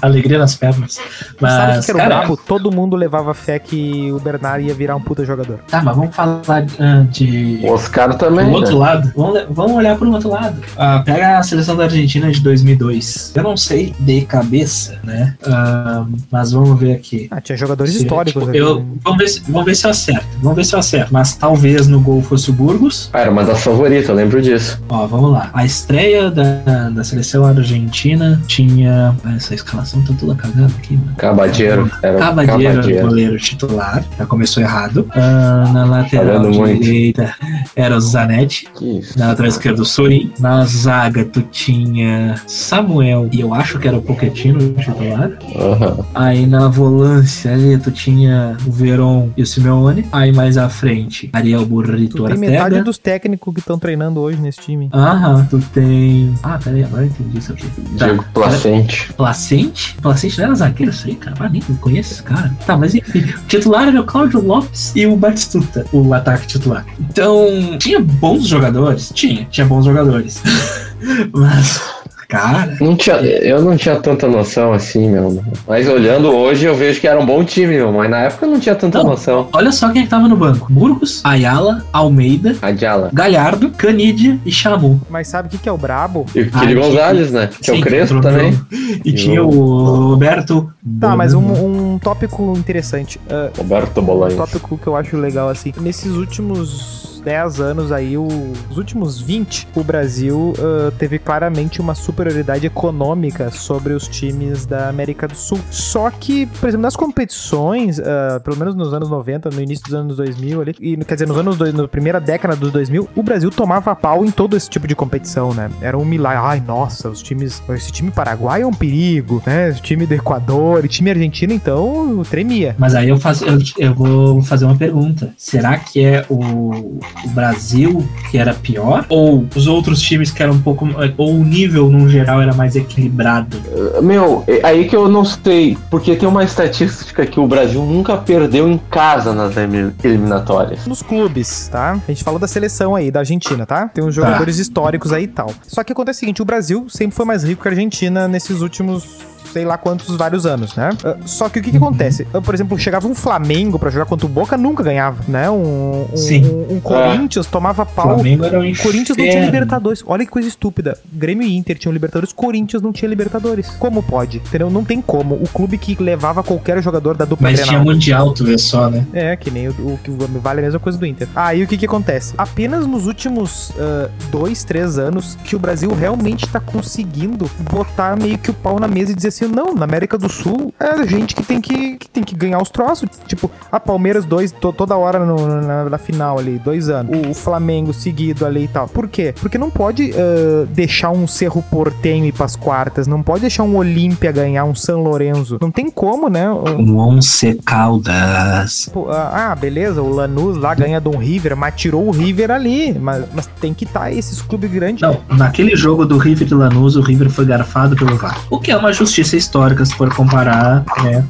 S3: Alegria nas pernas.
S1: Sabe o que
S3: Mas,
S1: que era o
S3: cara,
S1: brabo? Todo mundo levava fé que o Bernard ia virar um puta jogador.
S3: tá, mas vamos falar ah, de...
S2: O Oscar também.
S3: Do
S2: né?
S3: outro lado, vamos, le- vamos olhar pro outro lado. Ah, pega a seleção da Argentina de 2002. Eu não sei de cabeça, né? Ah, mas vamos ver aqui.
S1: Ah, tinha jogadores
S3: Se-
S1: históricos
S3: tipo,
S1: ali. né?
S3: eu, vamos, ver se, vamos ver se eu acerto. Vamos ver se eu acerto. Mas talvez no gol fosse o Burgos.
S2: Ah, Era uma das favoritas, eu lembro disso.
S3: Ó, vamos lá. A estreia da, da seleção argentina tinha. Ah, Essa escalação tá toda cagada aqui, mano.
S2: Cabadeiro. Era um
S3: Cabadeiro, né?
S2: Cabadeiro.
S3: goleiro titular. Já começou errado. Ah, na lateral
S2: Falhando muito.
S3: direita era o Zanetti.
S2: Que isso.
S3: Na lateral esquerda, o Sorin. Na zaga, tu tinha Samuel, e eu acho que era o Pochettino o titular.
S2: Aham.
S3: Aí na volância ali, tu tinha o Veron e o Simeone. Aí mais à frente, Ariel Burrito
S1: Tu tem metade
S3: Ortega.
S1: dos técnicos que estão treinando hoje nesse time.
S3: Aham, tu tem. Ah, peraí, agora eu entendi isso aqui. Tá.
S2: Diego Placente.
S3: Placente? Placente não era zagueiro, isso aí, cara. Ah, nem conheço esse cara. Tá, mas enfim. O titular era o Cláudio Lopes e o Batistuta, o ataque titular. Então, tinha bons jogadores? Tinha, tinha bons jogadores. mas, cara.
S2: Não tinha, eu não tinha tanta noção assim, meu. Mas olhando hoje, eu vejo que era um bom time, meu. Mas na época eu não tinha tanta
S3: Não.
S2: noção.
S3: Olha só quem é que tava no banco: Burgos, Ayala, Almeida,
S2: Adiala.
S3: Galhardo, Canidia e Chamu.
S1: Mas sabe o que, que é o brabo?
S2: E o Kili
S3: Ah,
S2: Gonzalez, né? Que é
S3: Sim,
S2: o Crespo
S3: entrou no
S2: também.
S3: jogo. E tinha o Roberto.
S1: Tá, mas
S3: Bonano.
S1: um, um tópico interessante. Ah,
S2: Roberto
S1: um
S2: Bolanho.
S1: tópico que eu acho legal, assim. Nesses últimos 10 anos aí, o- os últimos 20, o Brasil ah, teve claramente uma superioridade econômica sobre os times da América do Sul. Só que, por exemplo, nas competições, ah, pelo menos nos anos 90, no início dos anos 2000 ali, e quer dizer, nos anos, dois- na primeira década dos 2000, o Brasil tomava pau em todo esse tipo de competição, né? Era um milagre. Ai, nossa, os times, esse time paraguaio é um perigo, né? O time do Equador, e time argentino, então, tremia.
S3: Mas aí eu, faço, eu, eu vou fazer uma pergunta. Será que é o, o Brasil que era pior? Ou os outros times que eram um pouco. Ou o nível, no geral, era mais equilibrado?
S2: Meu, é aí que eu não sei. Porque tem uma estatística que o Brasil nunca perdeu em casa nas elimi- eliminatórias.
S1: nos clubes, tá? A gente falou da seleção aí, da Argentina, tá? Tem uns jogadores históricos aí e tal. Só que acontece o seguinte, o Brasil sempre foi mais rico que a Argentina nesses últimos sei lá quantos vários anos, né? Ah, Só que o que, que
S3: Uhum.
S1: acontece? Eu, por exemplo, chegava um Flamengo pra jogar contra o Boca, nunca ganhava, né? Um, um,
S3: Sim.
S1: um- um Corinthians tomava
S3: O
S1: pau.
S3: Flamengo era um
S1: O Corinthians não tinha
S3: inferno.
S1: Libertadores. Olha que coisa estúpida. Grêmio e Inter tinham Libertadores, Corinthians não tinha Libertadores. Como pode? Entendeu? Não tem como. O clube que levava qualquer jogador da dupla
S3: Mas
S1: Grenal.
S3: tinha Mundial, tu vê só, né?
S1: É, que nem o, o que vale a mesma coisa do Inter. Aí o que que acontece? Apenas nos últimos ah, dois, três anos que o Brasil realmente tá conseguindo botar meio que o pau na mesa e dizer assim, não, na América do Sul é a gente que tem que, que tem que ganhar os troços. Tipo, a Palmeiras dois, to- toda hora no- na, na final ali, dois anos. O, o Flamengo seguido ali e tal. Por quê? Porque não pode ah, deixar um Cerro Portenho ir pras quartas. Não pode deixar um Olímpia ganhar um San Lorenzo. Não tem como, né? O-
S3: Um Once Caldas.
S1: Tipo, ah, ah, beleza, o Lanús lá ganha de um River, mas tirou o River ali. Mas, mas tem que estar esses clubes grandes.
S3: Não, naquele jogo do River e Lanús, o River foi garfado pelo VAR. O que é uma justiça histórica, se for comparar, né,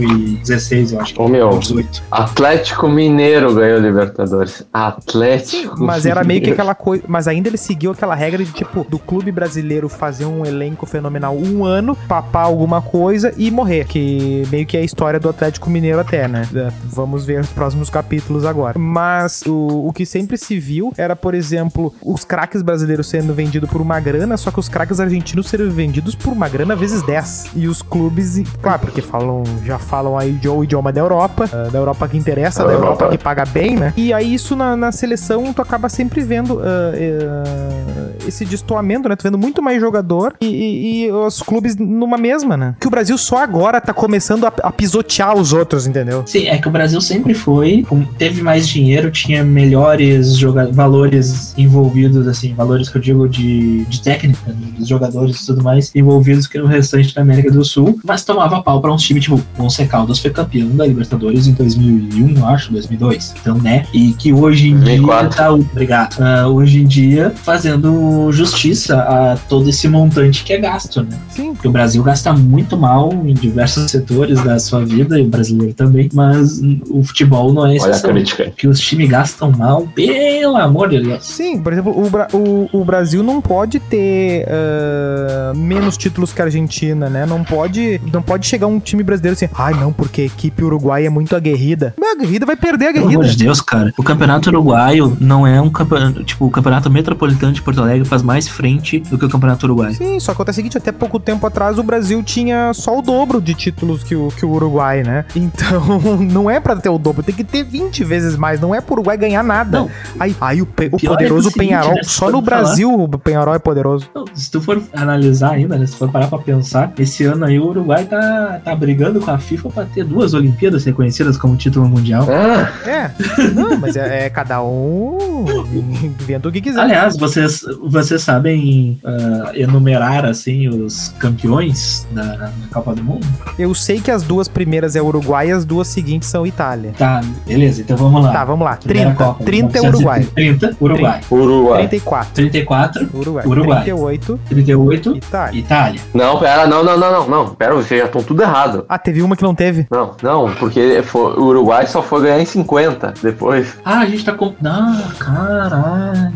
S3: 2016, eu acho.
S2: Ô, meu.
S3: 18.
S2: Atlético Mineiro ganhou Libertadores. Atlético.
S1: Mas era meio que
S2: Mineiro.
S1: aquela coisa. Mas ainda ele seguiu aquela regra de tipo do clube brasileiro fazer um elenco fenomenal um ano, papar alguma coisa e morrer. Que meio que é a história do Atlético Mineiro até, né? É, Vamos ver os próximos capítulos agora. Mas o, o que sempre se viu era, por exemplo, os craques brasileiros sendo vendidos por uma grana, só que os craques argentinos serem vendidos por uma grana vezes 10. E os clubes, e- claro, porque falam, já falam aí de o idioma da Europa, eh, da Europa que interessa, da
S2: Da
S1: Europa,
S2: Europa.
S1: que paga bem, né? E aí isso na, na seleção tu acaba sempre vendo ah, eh, esse destoamento, né? Tu vendo muito mais jogador e, e- e os clubes numa mesma, né? Que o Brasil só agora tá começando a, a pisotear os outros, entendeu?
S3: Sim, é que o Brasil sempre foi, com- teve mais dinheiro, tinha melhores joga- valores envolvidos, assim, valores que eu digo de, de técnica, né, dos jogadores e tudo mais, envolvidos que no restante da América do Sul, mas tomava pau pra uns times tipo, o Once Caldas foi campeão da Libertadores em 2001, eu acho, 2002, então, né, e que hoje em dia
S2: 2004.
S3: tá, obrigado, Ah, hoje em dia fazendo justiça a todo esse montante que é gasto, né.
S1: Sim.
S3: Porque o Brasil gasta muito mal em diversos setores da sua vida, e o brasileiro também, mas hum, o futebol não é
S2: Olha a
S3: exceção.
S2: crítica aí.
S3: Que os times gastam mal, pelo amor de Deus.
S1: Sim, por exemplo, o, Bra- o- o Brasil não pode ter ah, menos títulos que a Argentina, né? Não pode, não pode chegar um time brasileiro assim, ai não, porque a equipe uruguaia é muito aguerrida. Mas a aguerrida vai perder a
S3: Pelo amor
S1: aguerrida.
S3: de Deus, cara. O campeonato uruguaio não é um campeonato. Tipo, o campeonato metropolitano de Porto Alegre faz mais frente do que o campeonato uruguaio.
S1: Sim, só que acontece o seguinte, até pouco tempo atrás o Brasil tinha só o dobro de títulos que o, que o Uruguai, né? Então, não é pra ter o dobro, tem que ter 20 vezes mais, não é pro Uruguai ganhar nada.
S3: Não.
S1: Aí, aí o, pe- o
S3: pior é
S1: poderoso
S3: o seguinte,
S1: Penharol,
S3: né, se
S1: só no
S3: for falar-
S1: Brasil o Penharol é poderoso.
S3: Então, se tu for analisar ainda, né, se for parar pra pensar, esse ano aí o Uruguai tá, tá brigando com a FIFA pra ter duas Olimpíadas reconhecidas como título mundial.
S2: Ah,
S1: É, não, mas é, é cada um inventa o que quiser.
S3: Aliás, vocês, vocês sabem ah, enumerar assim os campeões da, da Copa do Mundo?
S1: Eu sei que as duas primeiras é Uruguai e as duas seguintes são Itália.
S3: Tá, beleza, então vamos lá.
S1: Tá, vamos lá,
S3: Primeira
S1: 30,
S3: Copa,
S1: 30 é Uruguai,
S3: 30, Uruguai.
S2: Uruguai.
S1: 34,
S3: 34,
S1: Uruguai,
S3: Uruguai. Hum?
S1: 38,
S3: 38,
S1: Itália.
S3: Itália.
S2: Não, pera, não, não, não, não, não. Pera, vocês já estão tudo errado.
S1: Ah, teve uma que não teve?
S2: Não, não, porque foi- o Uruguai só foi ganhar em 50 depois.
S3: Ah, a gente tá com. Ah, caralho.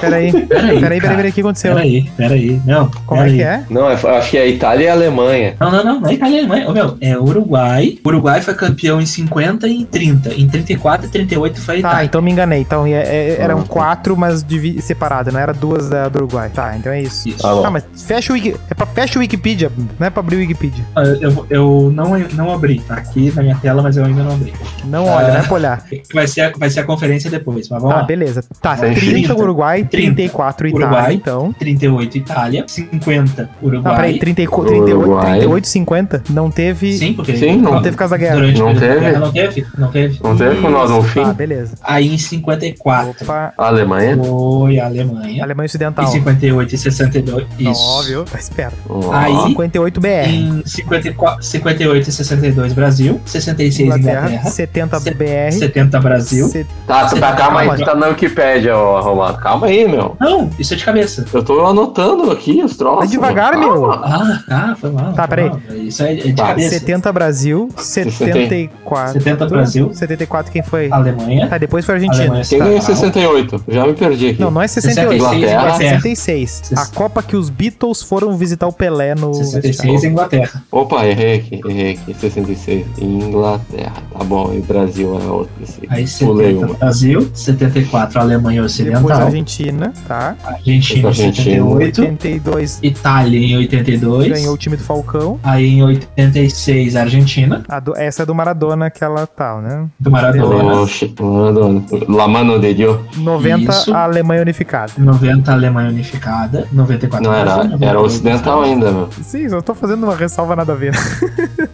S1: Peraí,
S3: Peraí,
S1: peraí, peraí,
S3: cara.
S1: peraí, o que aconteceu?
S3: Peraí, peraí. Não,
S1: Como é
S3: peraí.
S1: que é?
S2: Não, é- acho que é Itália e Alemanha.
S3: Não, não, não, não é Itália, não é. Ô, meu, é Uruguai. Uruguai foi campeão em 50 e em 30. Em 34 e 38 foi a
S1: Tá,
S3: Itália.
S1: então me enganei. Então é- é- eram
S2: Ah, tá.
S1: quatro, mas divi- separado, não era duas da do Uruguai. Tá, então é isso.
S3: Isso.
S2: Tá bom.
S1: Tá, mas fecha o, Wiki... é pra... fecha o Wikipedia, não é pra abrir o Wikipedia.
S3: Ah, Eu, eu não, não abri, tá aqui na minha tela, mas eu ainda não abri.
S1: Não olha,
S3: Ah.
S1: não é pra olhar.
S3: Vai ser a, vai ser a conferência depois, mas vamos
S1: Tá,
S3: lá.
S1: beleza. Tá,
S2: Sem
S1: 30
S3: jeito.
S1: Uruguai,
S3: 30.
S1: 34 Itália,
S3: Uruguai.
S1: então.
S3: 38 Itália, 50
S1: Não, peraí,
S3: Uruguai.
S1: 30, e co- 38,
S2: Uruguai.
S1: 38, 50? Não teve.
S3: Sim, porque
S2: Sim, não
S1: Não teve casa da guerra.
S3: durante
S2: Não
S3: a Primeira
S2: teve?
S3: Guerra não teve, não teve.
S2: Não teve com nós no fim?
S1: Tá, beleza.
S3: Aí em 54
S1: Opa,
S2: Alemanha?
S3: foi a Alemanha.
S1: Alemanha
S3: Em
S1: Ocidental.
S3: 58 e 62
S1: Não,
S3: isso.
S1: viu? Tá, é. espera.
S2: Ó.
S3: Aí-
S1: 58 BR.
S3: Em 54, 58 e 62 Brasil, 66
S1: Inglaterra,
S3: Inglaterra,
S1: 70
S3: Se-
S1: BR.
S3: 70 Brasil.
S2: Tá, tá, tá, calma aí, tu tá na Wikipédia, ó, Romano. Calma aí, meu.
S3: Não, isso é de cabeça.
S2: Eu tô anotando aqui os troços.
S1: Vai devagar,
S2: mano.
S1: meu.
S2: Calma.
S3: Ah, tá, foi mal.
S1: Tá,
S3: foi
S1: peraí.
S3: mal. Isso é é de
S2: Tá,
S3: cabeça.
S1: 70 Brasil, 74.
S3: 70 Brasil,
S1: 74 quem foi?
S3: Alemanha,
S1: Tá, depois foi a Argentina.
S3: Alemanha
S2: Quem ganhou em
S3: Central.
S2: 68? Eu Já me perdi aqui.
S1: Tá. Não, não é 68,
S3: 66
S1: é
S2: Inglaterra.
S1: 66. A Copa que os Beatles foram visitar o Pelé no
S3: 66 Inglaterra.
S2: Opa, errei aqui, errei aqui. 66. Inglaterra. Tá bom, e Brasil é outro. Esse.
S3: Aí
S2: Pulei
S3: 70
S2: uma.
S3: Brasil, 74 Alemanha
S1: Depois a
S3: Ocidental,
S1: Argentina, tá?
S3: Argentina em
S2: Argentina.
S3: 78,
S1: 82
S3: Itália em 82,
S1: ganhou o time do Falcão.
S3: aí em 86 Argentina,
S1: A do- essa é do Maradona, aquela tal, né?
S3: do Maradona,
S2: Oxe, mano, La mano de Dios.
S1: 90,
S3: Isso.
S1: a Alemanha Unificada.
S3: 90 Alemanha Unificada, 94
S2: Não era,
S3: Brasil,
S2: era
S3: 92
S2: ocidental ainda, meu.
S1: Sim, eu tô fazendo uma ressalva nada a ver. né?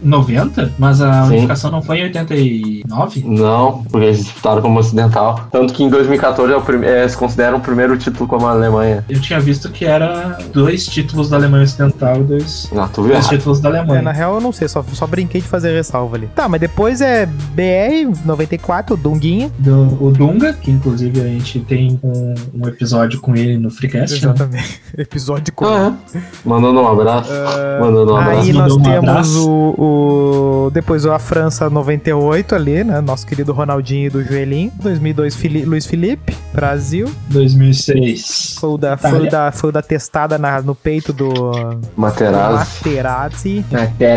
S3: 90? Mas a
S2: Sim.
S3: unificação não foi em 89?
S2: Não, porque eles disputaram como ocidental. Tanto que em 2014 é o prim- é, eles consideram o primeiro título como a Alemanha.
S3: Eu tinha visto que era dois títulos da Alemanha Ocidental e dois,
S2: Ah, tu viu?
S3: dois títulos da
S1: É, na
S3: Alemanha.
S1: real eu não sei, só, só brinquei de fazer ressalva ali. Tá, mas depois é BR 94, o Dunguinha.
S3: Do, o Dunga, que inclusive a gente tem um, um episódio com ele no Freecast. né?
S1: Exatamente. Episódio com.
S2: Ah, é. Mandando um abraço. Mandando um
S1: Ah,
S2: abraço.
S1: Aí nós
S3: Mandou um
S1: temos
S3: abraço.
S1: o, o- Depois a França 98 ali, né? Nosso querido Ronaldinho do Joelhinho. 2002, Fili Luiz Felipe, Brasil.
S3: 2006.
S1: Foi o da, foi o
S3: Itália.
S1: da, foi o da testada na- no peito do
S2: Materazzi.
S1: Materazzi,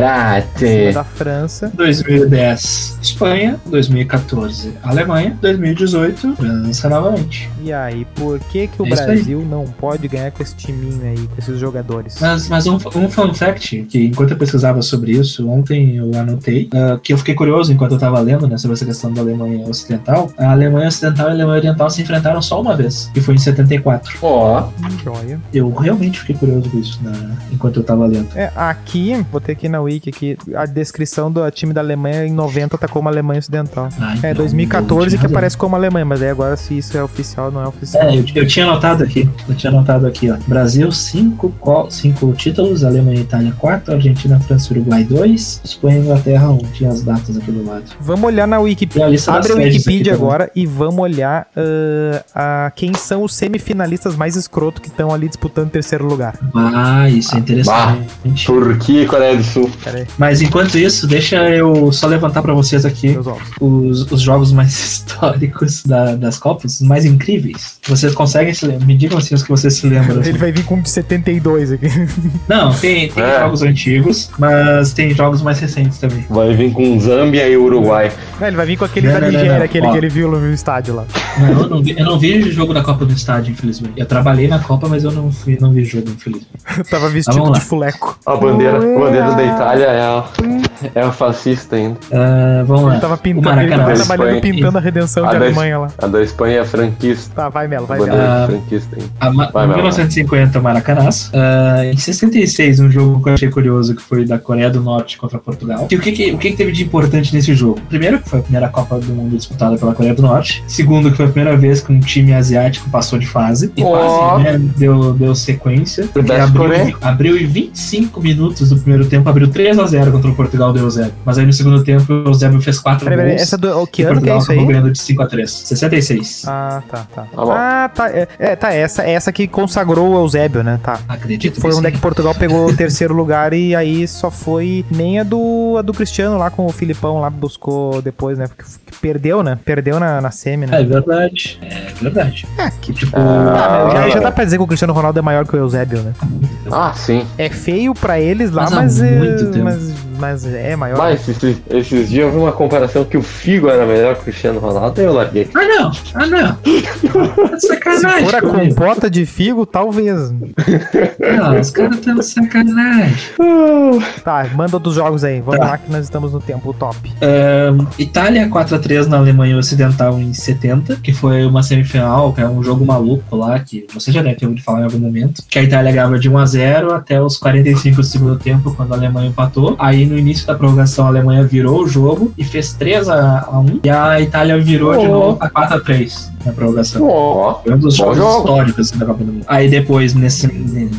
S2: Materazzi.
S1: da França.
S3: 2010, Espanha. 2014, Alemanha. 2018, França novamente.
S1: E aí, por que que o
S3: É isso aí.
S1: Brasil não pode ganhar com esse timinho aí, com esses jogadores?
S3: Mas, mas um, um fun fact, que enquanto eu pesquisava sobre isso, ontem eu anotei, ah, que eu fiquei curioso enquanto eu tava lendo, né, sobre essa questão da Alemanha Ocidental. A Alemanha Ocidental e a Alemanha Oriental se enfrentaram só uma vez, que foi em 74.
S2: Ó,
S1: Hum, Joia.
S3: Eu realmente fiquei curioso com isso né, enquanto eu tava lendo.
S1: É, aqui, vou ter aqui na Wiki aqui, a descrição do time da Alemanha em 90 tá como Alemanha Ocidental.
S3: Ah,
S1: É,
S3: então,
S1: 2014
S3: eu
S1: que
S3: tinha razão.
S1: aparece como Alemanha, mas aí agora se isso é oficial ou não é oficial.
S3: É, eu, eu tinha anotado aqui, eu tinha anotado aqui, ó. Brasil, 5 cinco, títulos, Alemanha e Itália 4, Argentina, França e Uruguai 2, Espanha e Inglaterra 1. Um. Tinha as datas aqui do lado.
S1: Vamos olhar na Wikipedia.
S3: E a lista
S1: Abre a
S3: das sedes aqui
S1: Wikipedia
S3: também.
S1: agora e vamos olhar ah, a quem são os semifinalistas mais escroto que estão ali disputando terceiro lugar.
S3: Ah, isso é interessante.
S2: Turquia e Coreia do Sul.
S3: Mas enquanto isso, deixa eu só levantar pra vocês aqui
S1: Meus ovos.
S3: os, os jogos mais históricos da- das Copas, os mais incríveis. Vocês conseguem se lembrar? Me digam assim os que vocês se lembram. assim.
S1: Ele vai vir com um de 72 aqui.
S3: Não, tem, tem
S2: É.
S3: jogos antigos, mas tem jogos mais recentes também.
S2: Vai vir com Zâmbia e Uruguai.
S1: Não, É, ele vai vir com aquele
S3: Não,
S1: da
S3: não, não,
S1: Nigéria,
S3: não.
S1: aquele
S3: Ó.
S1: que ele viu no estádio lá.
S3: Não, eu não, vi, eu não vi o jogo da Copa no estádio, infelizmente. Eu trabalhei na Copa, mas eu não, fui, não vi o jogo, infelizmente.
S1: Tava vestido
S3: vamos lá.
S1: de fuleco.
S2: A bandeira, a bandeira da
S1: Ué.
S2: Itália é, a- é a fascista ainda.
S3: Ah, vamos
S1: Ele
S3: lá.
S1: tava
S3: O
S1: pintando, ele
S3: Maracanã.
S1: tava
S2: Mas
S1: trabalhando
S2: foi-
S1: pintando Então é a redenção
S2: Ah,
S1: de
S2: deve-
S1: Alemanha lá.
S2: A da Espanha é franquista.
S1: Tá, vai Melo,
S2: A
S1: vai Melo.
S2: bandeira é
S3: Ah.
S2: franquista ainda.
S3: A ma-
S2: Vai, vai, vai.
S3: 1950, Maracanãs. Ah, em 66, um jogo que eu achei curioso, que foi da Coreia do Norte contra Portugal. E o que, que- o que, que teve de importante nesse jogo? Primeiro, que foi a primeira Copa do Mundo disputada pela Coreia do Norte. Segundo, que foi a primeira vez que um time asiático passou de fase. E
S2: Ó.
S3: quase, né, deu, deu sequência. Porque
S2: Verdade,
S3: abriu,
S2: Coreia.
S3: abriu em 25 minutos do primeiro tempo, abriu 3x0 contra o Portugal, deu 0. Mas aí no segundo tempo, o Eusébio fez 4
S1: Peraí, peraí,
S3: gols.
S1: essa do, o que
S3: e
S1: ano que é
S3: um Portugal
S1: isso
S3: acabou
S1: aí?
S3: ganhando de 5x3. 66.
S1: Ah, tá, tá.
S2: bom.
S1: Ah, tá. É, é, tá, essa, essa que consagrou o Eusébio, né? Tá.
S3: Acredito
S1: Foi
S3: que
S1: onde é
S3: sim.
S1: que Portugal pegou o terceiro lugar e aí só foi nem a do, a do Cristiano lá com o Filipão lá buscou depois, né? Porque que perdeu, né? Perdeu na, na semi, né?
S3: É verdade. É verdade.
S1: É, que-
S3: Tipo,
S1: Ah, mas já, já
S2: Ah,
S1: dá pra dizer que o Cristiano Ronaldo é maior que o Eusébio, né?
S2: ah, sim.
S1: É feio pra eles lá,
S3: Mas há
S1: mas,
S3: muito
S1: é,
S3: tempo.
S1: mas, mas é maior.
S2: Mas esses, esses dias eu vi uma comparação que o Figo era melhor que o Cristiano Ronaldo e eu larguei.
S3: Ah não, ah não. Tá de
S1: Se
S3: sacanagem.
S1: for a
S3: comigo.
S1: compota de figo, talvez.
S3: Não, os caras estão de sacanagem.
S1: Tá, manda outros jogos aí. Vamos
S3: Tá.
S1: lá que nós estamos no tempo top.
S3: Hum, Itália 4x3 na Alemanha Ocidental em 70, que foi uma semifinal, que é um jogo maluco lá, que você já deve ter ouvido falar em algum momento. Que a Itália ganhava de 1x0 até os 45 do segundo tempo, quando a Alemanha empatou. Aí no início da prorrogação a Alemanha virou o jogo e fez 3x1. E a Itália virou de
S2: Oh.
S3: novo a 4x3 na prorrogação.
S2: Ó,
S3: Foi um dos
S2: Bom
S3: jogos
S2: jogo.
S3: históricos assim, da Copa do Mundo. Aí depois, nesse, em,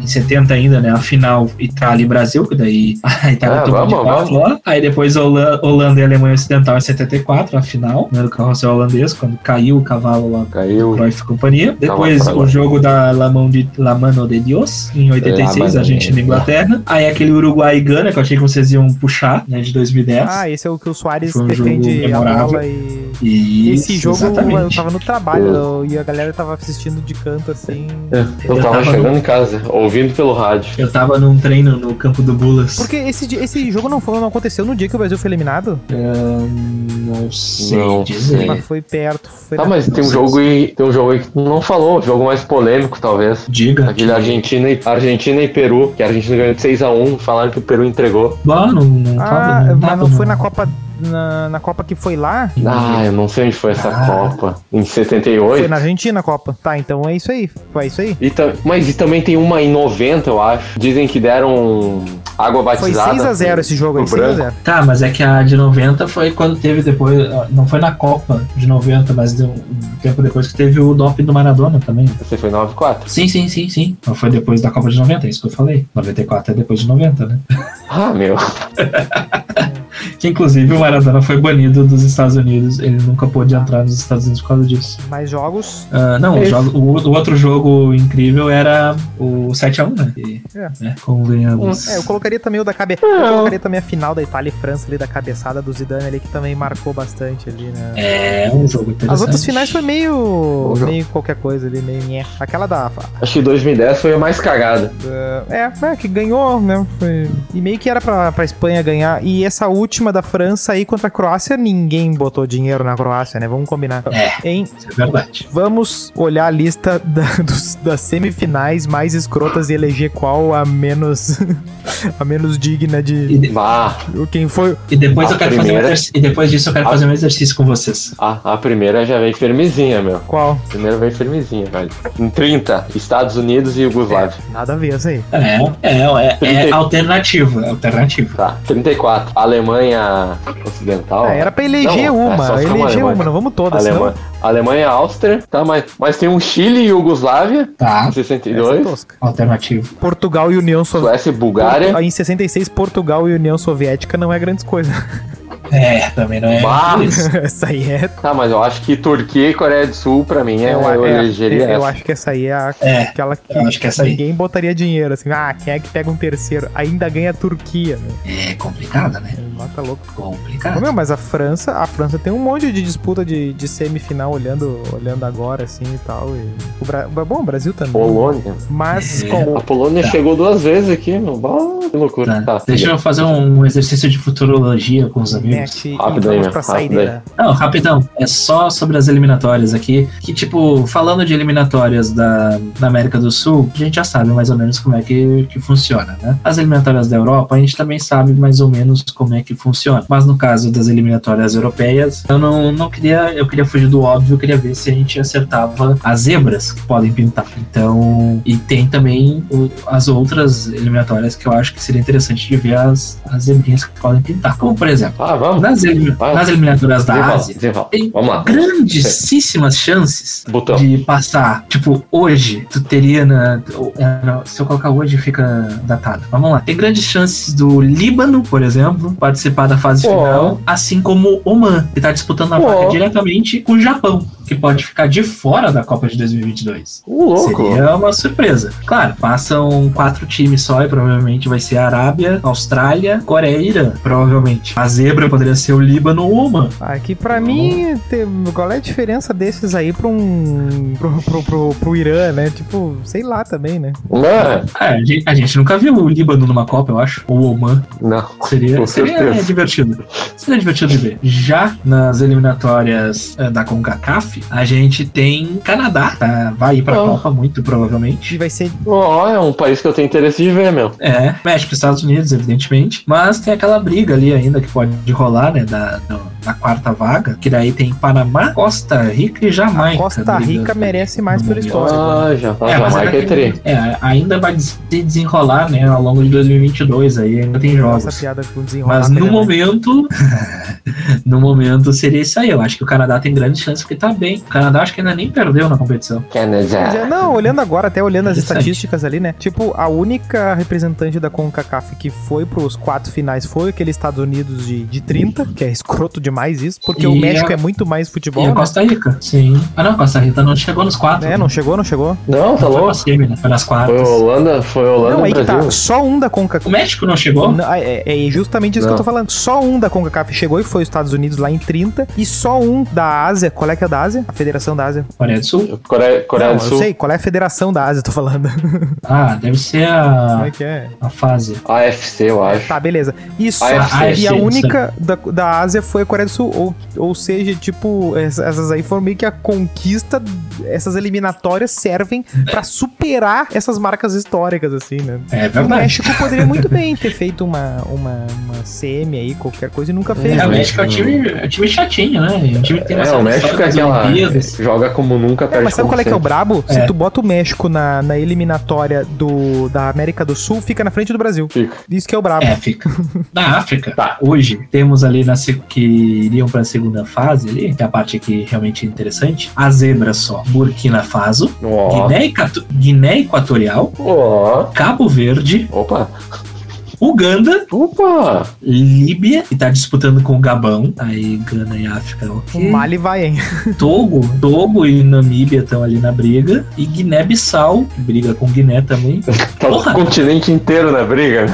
S3: em 70 ainda, né? A final Itália e Brasil, que daí a Itália
S2: Ah,
S3: tomou de
S2: vamos,
S3: 4 lá. Aí depois Holan- Holanda e Alemanha Ocidental em 74, a final, né, do carrossel holandês, quando caiu o cavalo lá.
S2: caiu.
S3: Cruyff e companhia. Depois
S2: Então, pra lá.
S3: o jogo da La, Mão de, La Mano de Dios, em 86,
S2: La
S3: Argentina e
S2: Mano de-
S3: Inglaterra. Aí aquele Uruguai e Gana, que eu achei que vocês iam puxar, né, de 2010.
S1: Ah, esse é o que o Soares
S3: Foi um jogo
S1: defende a
S3: memorável.
S1: bola e.
S3: e
S1: Esse jogo eu
S3: exatamente.
S1: tava no trabalho eu- e a galera tava assistindo de canto assim.
S2: Eu
S3: Eu
S2: tava
S3: tava
S2: chegando em casa, ouvi ouvindo pelo rádio.
S3: Eu tava num treino no campo do Bulas.
S1: Porque esse, di- esse jogo não, foi- não aconteceu no dia que o Brasil foi eliminado,
S3: Não sei
S2: Não
S3: dizer.
S2: sei.
S1: mas foi perto. Foi
S2: Tá,
S1: na-
S2: mas tem um jogo aí, tem um jogo aí que tu não falou, o jogo mais polêmico, talvez.
S3: Diga.
S2: Aquele Argentina e, Argentina e Peru, que a Argentina ganhou de 6x1, falaram que o Peru entregou.
S3: Ah, não, não tava,
S1: Ah,
S3: tava,
S1: mas não foi na Copa. Na, na Copa que foi lá?
S2: Ah, eu não sei onde foi essa
S3: Ah.
S2: Copa. Em
S1: Foi
S2: 78.
S1: na Argentina a Copa. Tá, então é isso aí. Foi isso aí.
S2: E ta- mas e também tem uma em 90, eu acho. Dizem que deram água
S1: Foi
S2: batizada.
S1: 6x0 esse jogo aí,
S2: pro branco.
S1: 6x0.
S3: Tá, mas é que a de 90 foi quando teve depois. ah, Não foi na Copa de 90, mas deu um tempo depois que teve o doping do Maradona também.
S2: Você foi 9x4.
S3: Sim, sim, sim, sim. Mas foi depois da Copa de 90, é isso que eu falei. 94 é depois de 90, né?
S2: Ah, meu.
S3: Que inclusive o Maradona foi banido dos Estados Unidos. Ele nunca pôde entrar nos Estados Unidos por causa disso.
S1: Mais jogos.
S3: Ah, não, o,
S2: Esse-
S3: jogo- o- o outro jogo incrível era o 7x1, né? E,
S1: É.
S3: né, Convenhamos.
S1: É, eu colocaria também o da cabeça. Eu colocaria também a final da Itália e França ali, da cabeçada do Zidane ali, que também marcou bastante ali, né?
S3: É um jogo interessante.
S1: As outras finais foi meio.
S2: Bom jogo.
S1: meio qualquer coisa ali, meio nhé. Aquela da.
S2: Acho que 2010 foi a mais cagada.
S1: É, é, que ganhou, né? Foi- E meio que era pra, pra Espanha ganhar. E essa última da França aí contra a Croácia, ninguém botou dinheiro na Croácia, né? Vamos combinar.
S3: É.
S1: Hein?
S3: Isso é verdade.
S1: Vamos olhar a lista da- dos- das semifinais mais escrotas e eleger qual a menos. a menos digna de.
S3: E, de-
S2: Vá.
S1: Quem foi.
S3: e depois
S2: A
S3: eu quero fazer um
S2: primeira-
S3: exercício. E depois disso eu quero
S2: A-
S3: fazer um exercício com vocês.
S2: A, a primeira já vem firmezinha, meu.
S1: Qual?
S2: A primeira vem firmezinha, velho. Em 30, Estados Unidos e Yugoslávia.
S1: Nada a ver isso aí.
S3: É, é, é, é
S2: Trinta e-
S3: alternativa. Alternativa.
S2: Tá. 34, Alemanha Ocidental.
S1: É. Ah, era pra eleger
S2: Não, é
S1: uma.
S2: só ficar uma
S1: eleger
S2: Alemanha.
S1: uma, não vamos todas, senão.
S2: Alemanha, Alemanha e Áustria. Tá, mas, mas tem um Chile e Yugoslávia.
S3: Tá.
S2: Em
S1: Essa é
S2: 62.
S1: tosca.
S3: Alternativa.
S1: Portugal e União Soviética.
S2: Suécia e Bulgária.
S1: Em 66, Portugal e União Soviética não é grandes coisas.
S3: É, também não é.
S2: Bah!
S3: isso.
S1: essa aí é.
S2: Tá, mas eu acho que Turquia e Coreia do Sul, pra mim, é, eu,
S1: eu, é-
S2: elegeria
S1: eu
S2: essa.
S1: acho que essa aí é, a-
S3: É,
S1: aquela que
S3: eu acho que essa aí.
S1: ninguém botaria dinheiro. Assim, ah, quem é que pega um terceiro? Ainda ganha a Turquia, né?
S3: É complicada, né?
S1: Bota louco. Ô,
S3: Complicada.
S2: é
S1: meu, mas a França, a França tem um monte de disputa de, de semifinal olhando, olhando agora, assim e tal. E o Bra... Bom, o Brasil também.
S2: Polônia.
S1: Mas
S3: É.
S1: como
S2: A Polônia
S3: Tá.
S2: chegou duas vezes aqui, meu. Bah, que loucura.
S3: Tá.
S2: Tá.
S3: Deixa eu fazer um exercício de futurologia com os amigos.
S1: Net e
S2: Rápido aí,
S1: vamos
S2: meu,
S1: pra
S2: rápido
S1: saideira.
S3: Não, rapidão. É só sobre as eliminatórias aqui. Que, tipo, falando de eliminatórias da, da América do Sul, a gente já sabe mais ou menos como é que, que funciona, né? As eliminatórias da Europa, a gente também sabe mais ou menos como é que funciona. Mas no caso das eliminatórias europeias, eu não, não queria. Eu queria fugir do óbvio, eu queria ver se a gente acertava as zebras que podem pintar. Então. E tem também o- as outras eliminatórias que eu acho que seria interessante de ver as, as zebrinhas que podem pintar. Como, por exemplo.
S2: Ah, vamos.
S3: Nas, elim-
S2: Vai.
S3: nas eliminatórias da
S2: Desenrola,
S3: Ásia,
S2: desenrola.
S3: tem
S2: Vamos lá.
S3: grandíssimas chances
S2: Botão.
S3: de passar. Tipo, hoje, tu teria na. ou- é, não, Se eu colocar hoje, fica datado. Vamos lá. Tem grandes chances do Líbano, por exemplo, participar da fase
S2: Ó.
S3: final, assim como Oman, que tá disputando a
S2: Ó.
S3: vaga diretamente com o Japão, que pode ficar de fora da Copa de 2022.
S2: Ô, louco.
S3: Seria uma surpresa. Claro, passam quatro times só e provavelmente vai ser Arábia, Austrália, Coreia e Irã, provavelmente. A zebra poderia ser o Líbano ou o Oman.
S1: Aqui pra mim, te- qual é a diferença desses aí pra um. Pro, pro, pro, pro Irã, né? Tipo, sei lá também, né?
S2: Não,
S3: É, a gente, a gente nunca viu o Líbano numa Copa, eu acho. Ou o Oman.
S2: não.
S3: Seria,
S2: Com
S3: seria
S2: certeza.
S3: divertido. Seria divertido de ver. Já nas eliminatórias eh, da CONCACAF, a gente tem Canadá. Tá? Vai ir pra
S1: Oh.
S2: Ah.
S3: Copa muito,
S1: E
S3: provavelmente.
S1: vai ser.
S2: Ó, é um país que eu tenho interesse de ver, meu.
S3: É, México e Estados Unidos, evidentemente. Mas tem aquela briga ali ainda que pode rolar, né? Da, do- da quarta vaga. Que daí tem Panamá, Costa Rica e Jamaica.
S1: Costa
S3: briga.
S1: Rica merece mais pelo
S3: Ah.
S1: histórico.
S2: Ah, já. A
S3: mas
S2: Jamaica é
S3: ainda tem-
S2: tri.
S3: é, ainda vai se desenrolar, né? Ao longo de 2022, aí ainda tem jogos.
S1: Essa piada com desenrolar.
S3: Mas no
S1: né?
S3: momento. no momento seria isso aí. Eu acho que o Canadá tem grande chance porque tá bem. O Canadá acho que ainda nem perdeu na competição.
S1: Quer dizer,
S2: Canadá.
S1: Não, olhando agora, até olhando as
S3: Interessante.
S1: estatísticas ali, né? Tipo, a única representante da CONCACAF que foi pros quatro finais foi aquele Estados Unidos de, de 30, que é escroto demais isso, porque o
S3: E
S1: México
S3: a-
S1: é muito mais futebol,
S3: E a
S1: né?
S3: Costa Rica. Sim. Ah não, a Costa Rica não chegou nos quatro.
S1: É, não chegou, não chegou.
S2: Não, tá
S3: Foi pra
S2: louco.
S3: semi, né? Foi nas
S2: Foi
S3: quartas.
S2: Holanda, foi Holanda
S1: não, aí que tá.
S2: Brasil.
S1: Só um da CONCACAF.
S3: O México não chegou?
S1: Não, É, é- é justamente isso que
S2: Não.
S1: eu tô falando. Só um da CONCACAF chegou e foi os Estados Unidos lá em 30. E só um da Ásia. Qual é que é o da Ásia? Ásia? A Federação da Ásia.
S3: Coreia do Sul?
S2: Coreia, Coreia
S1: tá. não,
S2: do Sul.
S1: eu sei, qual é a Federação da Ásia, eu tô falando.
S3: Ah, deve ser
S1: Como é
S3: a,
S1: que é?
S3: a fase.
S2: AFC, eu acho.
S1: Tá, beleza. Isso.
S2: A
S1: E
S2: AFC.
S1: a
S3: Sim,
S1: única da, da Ásia foi a Coreia do Sul. Ou, ou seja, tipo, ess- essas aí foram meio que a conquista. Essas eliminatórias servem pra superar essas marcas históricas, assim, né?
S3: É
S1: O
S3: verdade.
S1: México poderia muito bem ter feito uma, uma, uma CM aí, qualquer coisa, e nunca fez.
S3: É, o
S1: né?
S3: México é um time, é um time chatinho, né? É um time que tem uma
S2: É,
S3: certa
S2: o México
S3: história
S2: é
S3: das
S2: aquela.
S3: Olimpíadas.
S2: Joga como nunca,
S1: É,
S2: perde
S1: mas sabe
S2: como
S1: qual é que é o
S2: sempre.
S1: brabo? Se
S3: É.
S1: tu bota o México na, na eliminatória do, da América do Sul, fica na frente do Brasil.
S2: Fica.
S1: Isso que é o brabo.
S3: É, fica. Na África,
S2: Tá.
S3: hoje, temos ali na se- que iriam pra segunda fase ali, que é a parte aqui realmente interessante. A zebra só. Burkina Faso,
S2: Ó.
S3: Guiné, Equato- Guiné Equatorial,
S2: Ó.
S3: Cabo Verde,
S2: Opa.
S3: Uganda,
S2: Opa.
S3: Líbia, que tá disputando com o Gabão. Aí, Gana e África,
S1: O
S3: ok.
S1: Mali vai, hein?
S3: Togo, Togo e Namíbia estão ali na briga. E Guiné-Bissau, que briga com Guiné também.
S2: Tá
S3: Porra.
S2: o continente inteiro na briga.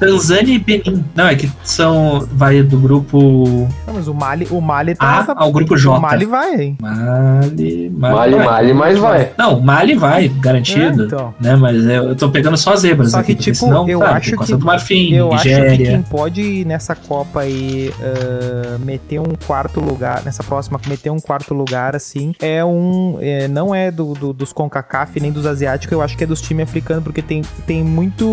S3: Tanzânia e Benin. Não, é que são. Vai do grupo
S1: Não, mas o Mali, o Mali tá.
S3: A
S1: tá-
S3: Ah, ao grupo J.
S1: o Mali vai, hein?
S3: Mali, Mali,
S2: Male,
S3: vai.
S2: male, mas vai.
S3: Não, Mali vai, garantido.
S1: É, então.
S3: Né, mas eu eu tô pegando só as zebras
S1: Só
S3: aqui,
S1: que,
S3: porque
S1: tipo,
S3: senão,
S1: eu
S3: sabe,
S1: acho
S3: tem
S1: que-
S3: Costa do Marfim,
S1: Eu acho que
S3: Nigéria.
S1: quem pode nessa Copa aí ah, meter um quarto lugar, nessa próxima, meter um quarto lugar, assim, é um. é, não é do, do- dos CONCACAF nem dos asiáticos, eu acho que é dos times africanos, porque tem, tem muito.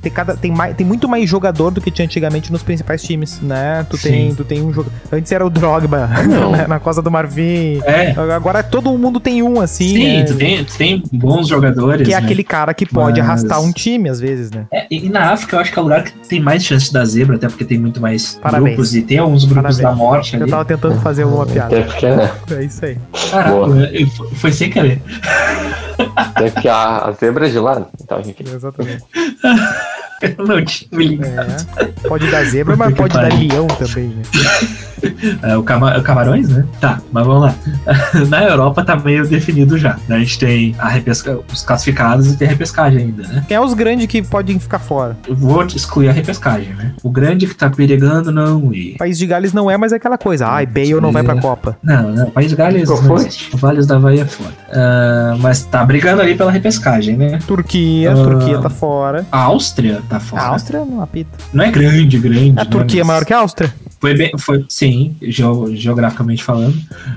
S1: Tem, cada, tem, mais, tem muito mais jogador do que tinha antigamente nos principais times, né? Tu,
S3: Sim.
S1: tem, tu tem um jogo. Antes era o Drogba,
S2: Não.
S1: na, na Costa do Marfim.
S3: É.
S1: Agora todo mundo tem um, assim.
S3: Sim,
S1: né?
S3: tu, tem, tu tem bons jogadores.
S1: Que é
S3: né?
S1: aquele cara que pode
S3: Mas-
S1: arrastar um time, às vezes, né?
S3: É, e e na África eu acho que é o lugar que tem mais chance da zebra, até porque tem muito mais
S1: Parabéns.
S3: grupos e tem alguns
S1: Parabéns.
S3: grupos da morte
S1: Eu
S3: ali.
S1: tava tentando fazer alguma piada.
S2: Até porque, né?
S1: É isso aí.
S3: Caraca,
S2: Boa.
S3: eu- foi- foi sem querer.
S2: Até porque a, a zebra é de lado. Então, enfim.
S1: Exatamente.
S3: Eu não tinha me ligado.
S1: É. Pode dar zebra, mas
S3: Puta que
S1: pode dar
S3: pariu.
S1: leão também, né?
S3: É, o, cama- o Camarões, né? Tá, mas vamos lá. Na Europa tá meio definido já. né? A gente tem a repesca, os classificados e tem a repescagem ainda, né?
S1: Quem é os grandes que podem ficar fora?
S3: Eu vou te excluir a repescagem, né? O grande que tá perigando não ir.
S1: País de Gales não é mais aquela coisa. Ai, Bale não vai pra Copa.
S3: Não, não, País de Gales
S2: Qual
S3: não
S2: foi?
S3: existe. O Vales da Havaí é foda. Ah, mas tá brigando ali pela repescagem, né?
S1: Turquia,
S3: Ah.
S1: Turquia tá fora.
S3: A Áustria tá
S1: A
S3: fora.
S1: Áustria não apita.
S3: Não é grande, grande.
S1: A Turquia é maior que a Áustria?
S3: Foi bem, foi, sim, geo- geograficamente falando.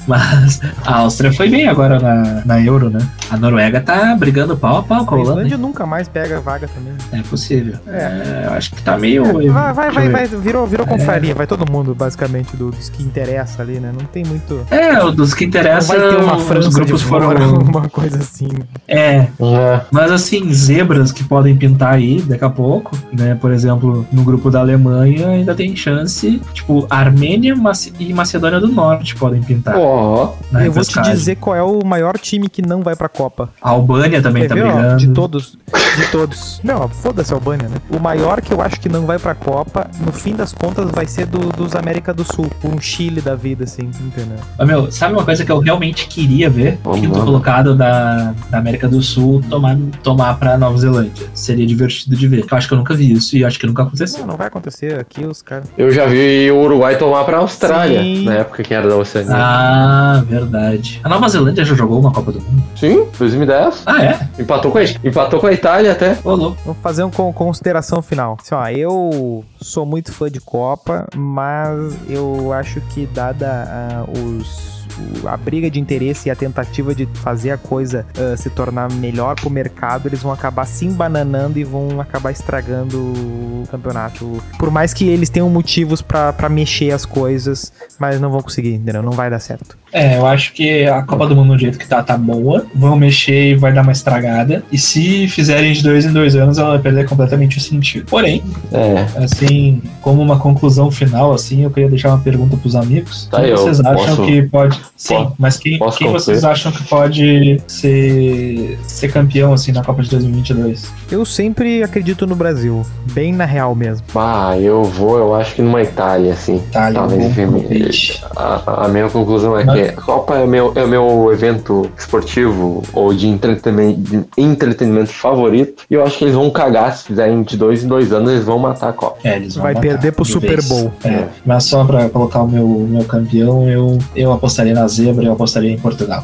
S3: Mas a Áustria foi bem agora na, na Euro, né? A Noruega tá brigando pau a pau com
S1: A
S3: a Holanda. hein?
S1: Islândia nunca mais pega vaga também.
S3: É possível.
S1: É.
S3: É, eu acho que tá meio.
S1: Vai, vai, vai,
S3: deixa eu É.
S1: vai. Virou, virou confraria. Vai todo mundo, basicamente, do- dos que interessa ali, né? Não tem muito.
S3: ver. É, o dos que
S1: Não
S3: interessa,
S1: vai ter uma França
S3: os grupos
S1: de fora,
S3: foram.
S1: uma coisa assim.
S3: É,
S2: É.
S3: mas assim, zebras que podem pintar aí daqui a pouco, né? Por exemplo, no grupo da Alemanha ainda tem chance. Tipo, Armênia Mace- e Macedônia do Norte podem pintar.
S2: Ó.
S3: na
S1: Eu vou te
S3: repescagem.
S1: dizer qual é o maior time que não vai pra Copa.
S3: A Albânia também
S1: Quer
S3: tá
S1: ver, ó,
S3: brigando.
S1: de todos. De todos. Não, foda-se a Albânia, né? O maior que eu acho que não vai pra Copa, no fim das contas, vai ser do- dos América do Sul. Um Chile da vida, assim, entendeu?
S3: Mas, meu, sabe uma coisa que eu realmente queria ver?
S2: Vamos
S3: Quinto
S2: lá.
S3: colocado da, da América do Sul tomar, tomar pra Nova Zelândia. Seria divertido de ver. Eu acho que eu nunca vi isso e acho que nunca
S1: Não,
S3: aconteceu.
S1: não vai acontecer aqui, os caras.
S2: Eu já vi o Uruguai tomar pra Austrália.
S1: Sim.
S2: Na época que era da Oceania.
S3: Ah, verdade. A Nova Zelândia já jogou uma Copa do Mundo?
S2: Sim, 2010.
S3: Ah, é?
S2: Empatou com a, empatou com a Itália até.
S3: Ô, louco.
S1: Vamos fazer uma con- consideração final. Assim, ó, eu sou muito fã de Copa, mas eu acho que dada ah, os o- a briga de interesse e a tentativa de fazer a coisa ah, se tornar melhor pro mercado, eles vão acabar se embananando e vão acabar estragando o campeonato. Por mais que eles tenham motivos pra pra mexer as coisas, mas não vão conseguir, entendeu? Não vai dar certo.
S3: É, eu acho que a Copa do Mundo do jeito que tá, tá boa. Vão mexer e vai dar uma estragada. E se fizerem de dois em dois anos, ela vai perder completamente o sentido. Porém,
S2: É.
S3: assim, como uma conclusão final, assim, eu queria deixar uma pergunta pros amigos.
S2: Tá,
S3: quem
S2: eu
S3: vocês acham
S2: posso-
S3: que pode. Sim,
S2: posso-
S3: mas quem,
S2: posso
S3: quem
S2: concluir?
S3: vocês acham que pode ser, ser campeão, assim, na Copa de 2022?
S1: Eu sempre acredito no Brasil, bem na real mesmo.
S2: Ah, eu vou, eu acho que numa Itália, assim.
S3: Itália,
S2: Talvez
S3: bom
S2: feminino.
S3: palpite.
S2: A, a minha conclusão é que a Copa é meu, é meu evento esportivo ou de entretenimento, de entretenimento favorito. E eu acho que eles vão cagar se fizerem de dois em dois anos, eles vão matar a Copa.
S3: É, eles vão
S1: Vai
S3: matar
S1: perder pro
S3: de
S1: Super
S3: vez.
S1: Bowl.
S3: É, mas só pra colocar o meu, meu campeão, eu, eu apostaria apostaria na zebra e eu apostaria em Portugal.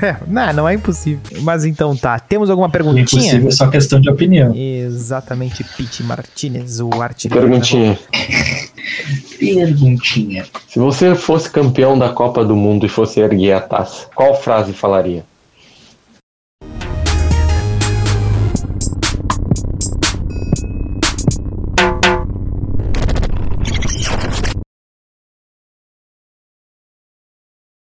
S1: É, não, não é impossível. Mas então tá, temos alguma
S3: É
S1: perguntinha?
S3: impossível, é só questão de opinião.
S1: Exatamente, Pete Martinez, o artilheiro.
S2: Perguntinha.
S3: Perguntinha.
S2: Se você fosse campeão da Copa do Mundo e fosse erguer a taça, qual frase falaria?